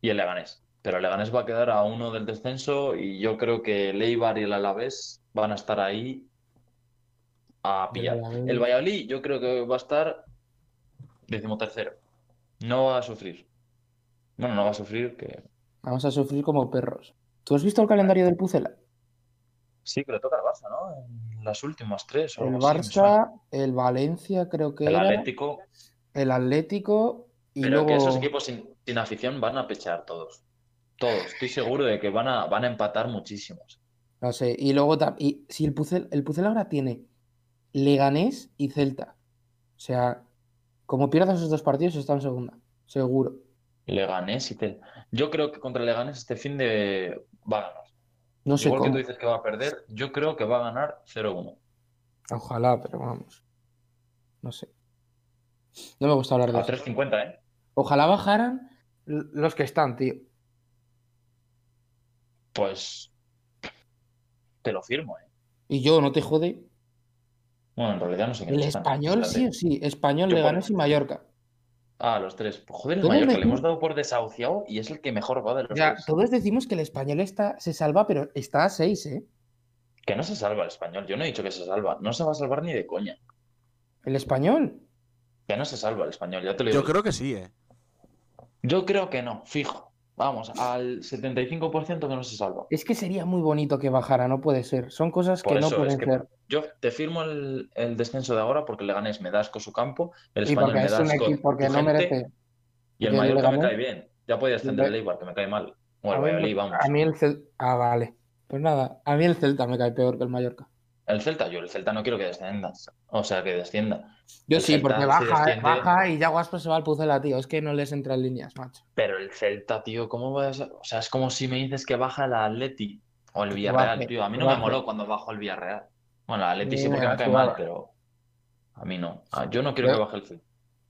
Speaker 3: y el Leganés. Pero el Leganés va a quedar a uno del descenso y yo creo que el Eibar y el Alavés van a estar ahí a pillar.
Speaker 2: Alavés.
Speaker 3: El Valladolid yo creo que va a estar decimotercero. No va a sufrir. Bueno, no va a sufrir, que
Speaker 2: Vamos a sufrir como perros. ¿Tú has visto el calendario del Pucela?
Speaker 3: sí, que le toca al Barça, ¿no? En las últimas tres o
Speaker 2: El
Speaker 3: algo así, me suena.
Speaker 2: Barça, el Valencia, creo que
Speaker 3: el
Speaker 2: era,
Speaker 3: Atlético.
Speaker 2: el Atlético y
Speaker 3: Pero que
Speaker 2: luego-
Speaker 3: esos equipos sin, sin afición van a pechar todos. Todos. Estoy seguro de que van a, van a empatar muchísimos.
Speaker 2: No sé, y luego tam- y si el Pucel, el Pucel ahora tiene Leganés y Celta. O sea, como pierdas esos dos partidos está en segunda, seguro.
Speaker 3: Leganés y Tel. Yo creo que contra Leganés este fin de va a ganar.
Speaker 2: No sé
Speaker 3: Igual que
Speaker 2: cómo.
Speaker 3: tú dices que va a perder, yo creo que va a ganar 0-1.
Speaker 2: Ojalá, pero vamos. No sé. No me gusta hablar de
Speaker 3: A
Speaker 2: eso.
Speaker 3: 3.50, ¿eh?
Speaker 2: Ojalá bajaran l- los que están, tío.
Speaker 3: Pues te lo firmo, ¿eh?
Speaker 2: Y yo, no te jode.
Speaker 3: Bueno, en realidad no sé quiénes
Speaker 2: El
Speaker 3: están.
Speaker 2: español sí o
Speaker 3: Espérate.
Speaker 2: sí. Español,
Speaker 3: Yo por-
Speaker 2: Leganés y Mallorca.
Speaker 3: Ah, los tres. Joder, el
Speaker 2: ¿Cómo
Speaker 3: Mallorca
Speaker 2: me-
Speaker 3: le hemos dado por desahuciado y es el que mejor va de los
Speaker 2: Ya,
Speaker 3: tres.
Speaker 2: todos decimos que el español está, se salva, pero está a seis, ¿eh?
Speaker 3: Que no se salva el español. Yo no he dicho que se salva. No se va a salvar ni de coña.
Speaker 2: El español.
Speaker 3: Que no se salva el español, ya te lo digo.
Speaker 1: Yo creo que sí, ¿eh?
Speaker 3: Yo creo que no, fijo. Vamos, al 75% que no se salva.
Speaker 2: Es que sería muy bonito que bajara, no puede ser. Son cosas
Speaker 3: Por
Speaker 2: que no
Speaker 3: eso,
Speaker 2: pueden
Speaker 3: es que
Speaker 2: ser.
Speaker 3: Yo te firmo el, el descenso de ahora porque le ganéis, me das con su campo, el
Speaker 2: Y
Speaker 3: español
Speaker 2: porque
Speaker 3: me
Speaker 2: es
Speaker 3: das
Speaker 2: un
Speaker 3: con
Speaker 2: equipo
Speaker 3: tu
Speaker 2: porque no
Speaker 3: gente,
Speaker 2: merece.
Speaker 3: y el
Speaker 2: que
Speaker 3: Mallorca me
Speaker 2: Leganés-
Speaker 3: cae bien. Ya podía descender el
Speaker 2: Le-
Speaker 3: Eibar, que me cae mal. O el
Speaker 2: A mí-
Speaker 3: Valladolid, vamos.
Speaker 2: A mí el Celta. Ah, vale. Pues nada, a mí el Celta me cae peor que el Mallorca.
Speaker 3: El Celta, yo el Celta no quiero que descienda. O sea, que descienda.
Speaker 2: Yo
Speaker 3: El
Speaker 2: sí,
Speaker 3: Celta
Speaker 2: porque
Speaker 3: se
Speaker 2: baja, eh,
Speaker 3: desciende.
Speaker 2: baja y ya Guaspo se va al Pucela, tío. Es que no les entra en líneas, macho.
Speaker 3: Pero el Celta, tío, ¿cómo vas a...? O sea, es como si me dices que baja el Atleti o el
Speaker 2: Que
Speaker 3: Villarreal,
Speaker 2: baje,
Speaker 3: tío. A mí
Speaker 2: que
Speaker 3: no me
Speaker 2: baje.
Speaker 3: moló cuando bajó el Villarreal. Bueno, el Atleti sí
Speaker 2: Ni
Speaker 3: porque
Speaker 2: me
Speaker 3: me cae
Speaker 2: jugaba.
Speaker 3: mal, pero a mí no. Ah, yo no quiero
Speaker 2: Yo-
Speaker 3: que baje el Celta.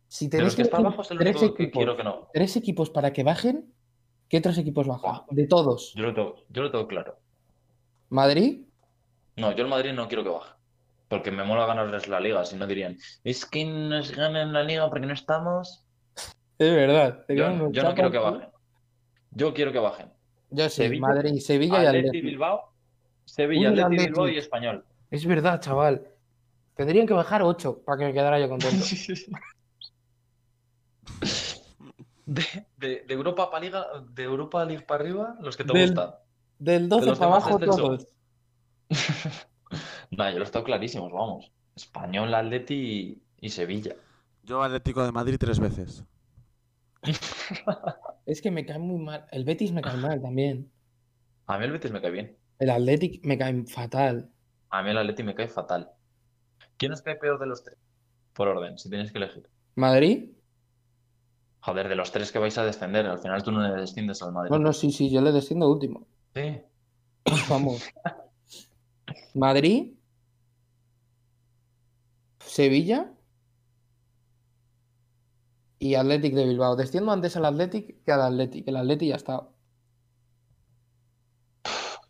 Speaker 2: Si
Speaker 3: De los
Speaker 2: tenéis
Speaker 3: que está abajo es el
Speaker 2: tres
Speaker 3: único que
Speaker 2: equipos,
Speaker 3: quiero que no.
Speaker 2: tres equipos para que bajen, ¿qué otros equipos bajan?
Speaker 3: Buah.
Speaker 2: De todos.
Speaker 3: Yo lo tengo, yo lo tengo claro.
Speaker 2: Madrid,
Speaker 3: No, yo el Madrid no quiero que baje. Porque me mola ganarles la liga, si no dirían, es que nos ganan la liga porque no estamos.
Speaker 2: es verdad.
Speaker 3: Yo,
Speaker 2: teníamos
Speaker 3: yo no
Speaker 2: chapas,
Speaker 3: quiero que
Speaker 2: tío.
Speaker 3: bajen. Yo quiero que bajen.
Speaker 2: Yo sí,
Speaker 3: Sevilla,
Speaker 2: Madrid, Sevilla y
Speaker 3: Atleti
Speaker 2: Atleti.
Speaker 3: Bilbao, Sevilla,
Speaker 2: Uy, el
Speaker 3: Atleti
Speaker 2: Atleti.
Speaker 3: Bilbao y Español.
Speaker 2: Es verdad, chaval. Tendrían que bajar 8 para que me quedara yo contento.
Speaker 3: De, de- de Europa para liga, de Europa League para arriba, los que te
Speaker 2: Del-
Speaker 3: gustan.
Speaker 2: Del 12
Speaker 3: los
Speaker 2: para
Speaker 3: demás
Speaker 2: abajo
Speaker 3: descenso.
Speaker 2: todos.
Speaker 3: No, yo lo he estado clarísimos, vamos. Español, Atleti y, y Sevilla.
Speaker 1: Yo Atlético de Madrid tres veces.
Speaker 2: Es que me cae muy mal. El Betis me cae
Speaker 3: Ah.
Speaker 2: mal también.
Speaker 3: A mí el Betis me cae bien.
Speaker 2: El Athletic me cae fatal.
Speaker 3: A mí el Atleti me cae fatal. ¿Quién os cae peor de los tres? Por orden, si tenéis que elegir.
Speaker 2: ¿Madrid?
Speaker 3: Joder, de los tres que vais a descender, al final tú no le desciendes al Madrid.
Speaker 2: No, no, sí, sí, yo le desciendo último.
Speaker 3: Sí.
Speaker 2: Vamos. Madrid. Sevilla. Y Athletic de Bilbao. Desciendo antes al Athletic que al Athletic. El Athletic ya está.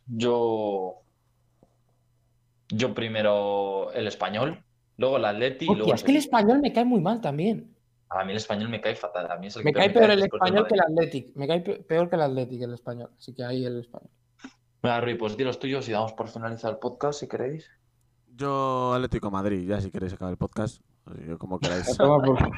Speaker 3: Yo. Yo primero el español, luego el Atleti y
Speaker 2: Hostia,
Speaker 3: luego el
Speaker 2: es que el
Speaker 3: Sevilla.
Speaker 2: español me cae muy mal también.
Speaker 3: A mí el español me cae fatal. A mí es el
Speaker 2: Me
Speaker 3: que
Speaker 2: cae peor el
Speaker 3: después del
Speaker 2: español que
Speaker 3: Madrid.
Speaker 2: el Athletic. Me cae pe- peor que el Athletic el español. Así que ahí el español.
Speaker 3: Venga, Rui, pues di los tuyos y damos por finalizar el podcast si queréis.
Speaker 1: Yo Atlético de Madrid, ya si queréis acabar el podcast. eh, Yo como
Speaker 2: A
Speaker 1: queráis.
Speaker 2: tomar por culo.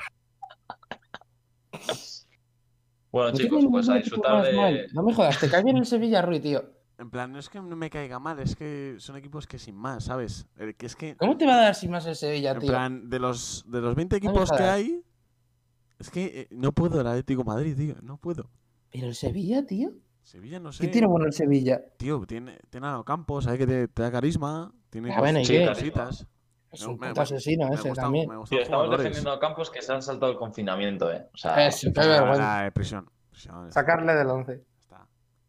Speaker 3: Bueno,
Speaker 2: No
Speaker 3: chicos,
Speaker 2: tengo
Speaker 3: pues
Speaker 2: ningún
Speaker 3: a
Speaker 2: equipo
Speaker 3: disfrutar
Speaker 2: más mal.
Speaker 3: de.
Speaker 2: No me jodas, te cae bien el Sevilla, Rui, tío.
Speaker 1: En plan, no es que no me caiga mal, es que son equipos que sin más, ¿sabes? Eh, Que es que,
Speaker 2: ¿Cómo te va a dar sin más el Sevilla,
Speaker 1: en
Speaker 2: tío?
Speaker 1: plan, de los, de los 20 equipos que
Speaker 2: jodas.
Speaker 1: hay, es que eh, no puedo el Atlético de Madrid, tío, no puedo.
Speaker 2: Pero el Sevilla, tío.
Speaker 1: Sevilla no
Speaker 2: ¿Qué
Speaker 1: sé.
Speaker 2: tiene bueno el Sevilla?
Speaker 1: Tío, tiene, tiene a Ocampo, sabe que te, te da carisma, tiene
Speaker 2: Ah, bueno, ¿y
Speaker 1: sus
Speaker 2: qué?
Speaker 1: cositas.
Speaker 2: Es
Speaker 1: No,
Speaker 2: un
Speaker 1: me-
Speaker 2: puto asesino
Speaker 1: Me
Speaker 2: ese
Speaker 1: gustan-
Speaker 2: también.
Speaker 1: me
Speaker 3: Sí,
Speaker 1: gustan
Speaker 3: estamos
Speaker 1: jugadores.
Speaker 3: defendiendo a campos que se han saltado el confinamiento, ¿eh? O sea,
Speaker 2: Eso, qué
Speaker 1: Ah,
Speaker 2: vergüenza.
Speaker 1: ah, eh, prisión. prisión,
Speaker 2: Sacarle del once.
Speaker 1: está.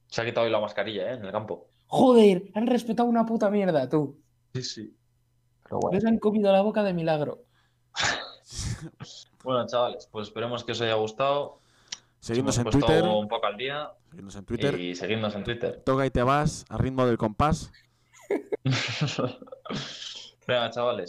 Speaker 3: se ha quitado hoy la mascarilla, ¿eh? En el campo.
Speaker 2: Joder, han respetado una puta mierda, tú.
Speaker 3: Sí, sí. Pero bueno.
Speaker 2: Les han comido la boca de milagro.
Speaker 3: Bueno, chavales, pues esperemos que os haya gustado. Os
Speaker 1: Seguimos en
Speaker 3: hemos puesto
Speaker 1: Twitter.
Speaker 3: un poco al día
Speaker 1: Seguimos en Twitter.
Speaker 3: y seguidnos en Twitter.
Speaker 1: Toca y te vas a ritmo del compás.
Speaker 3: Venga, chavales.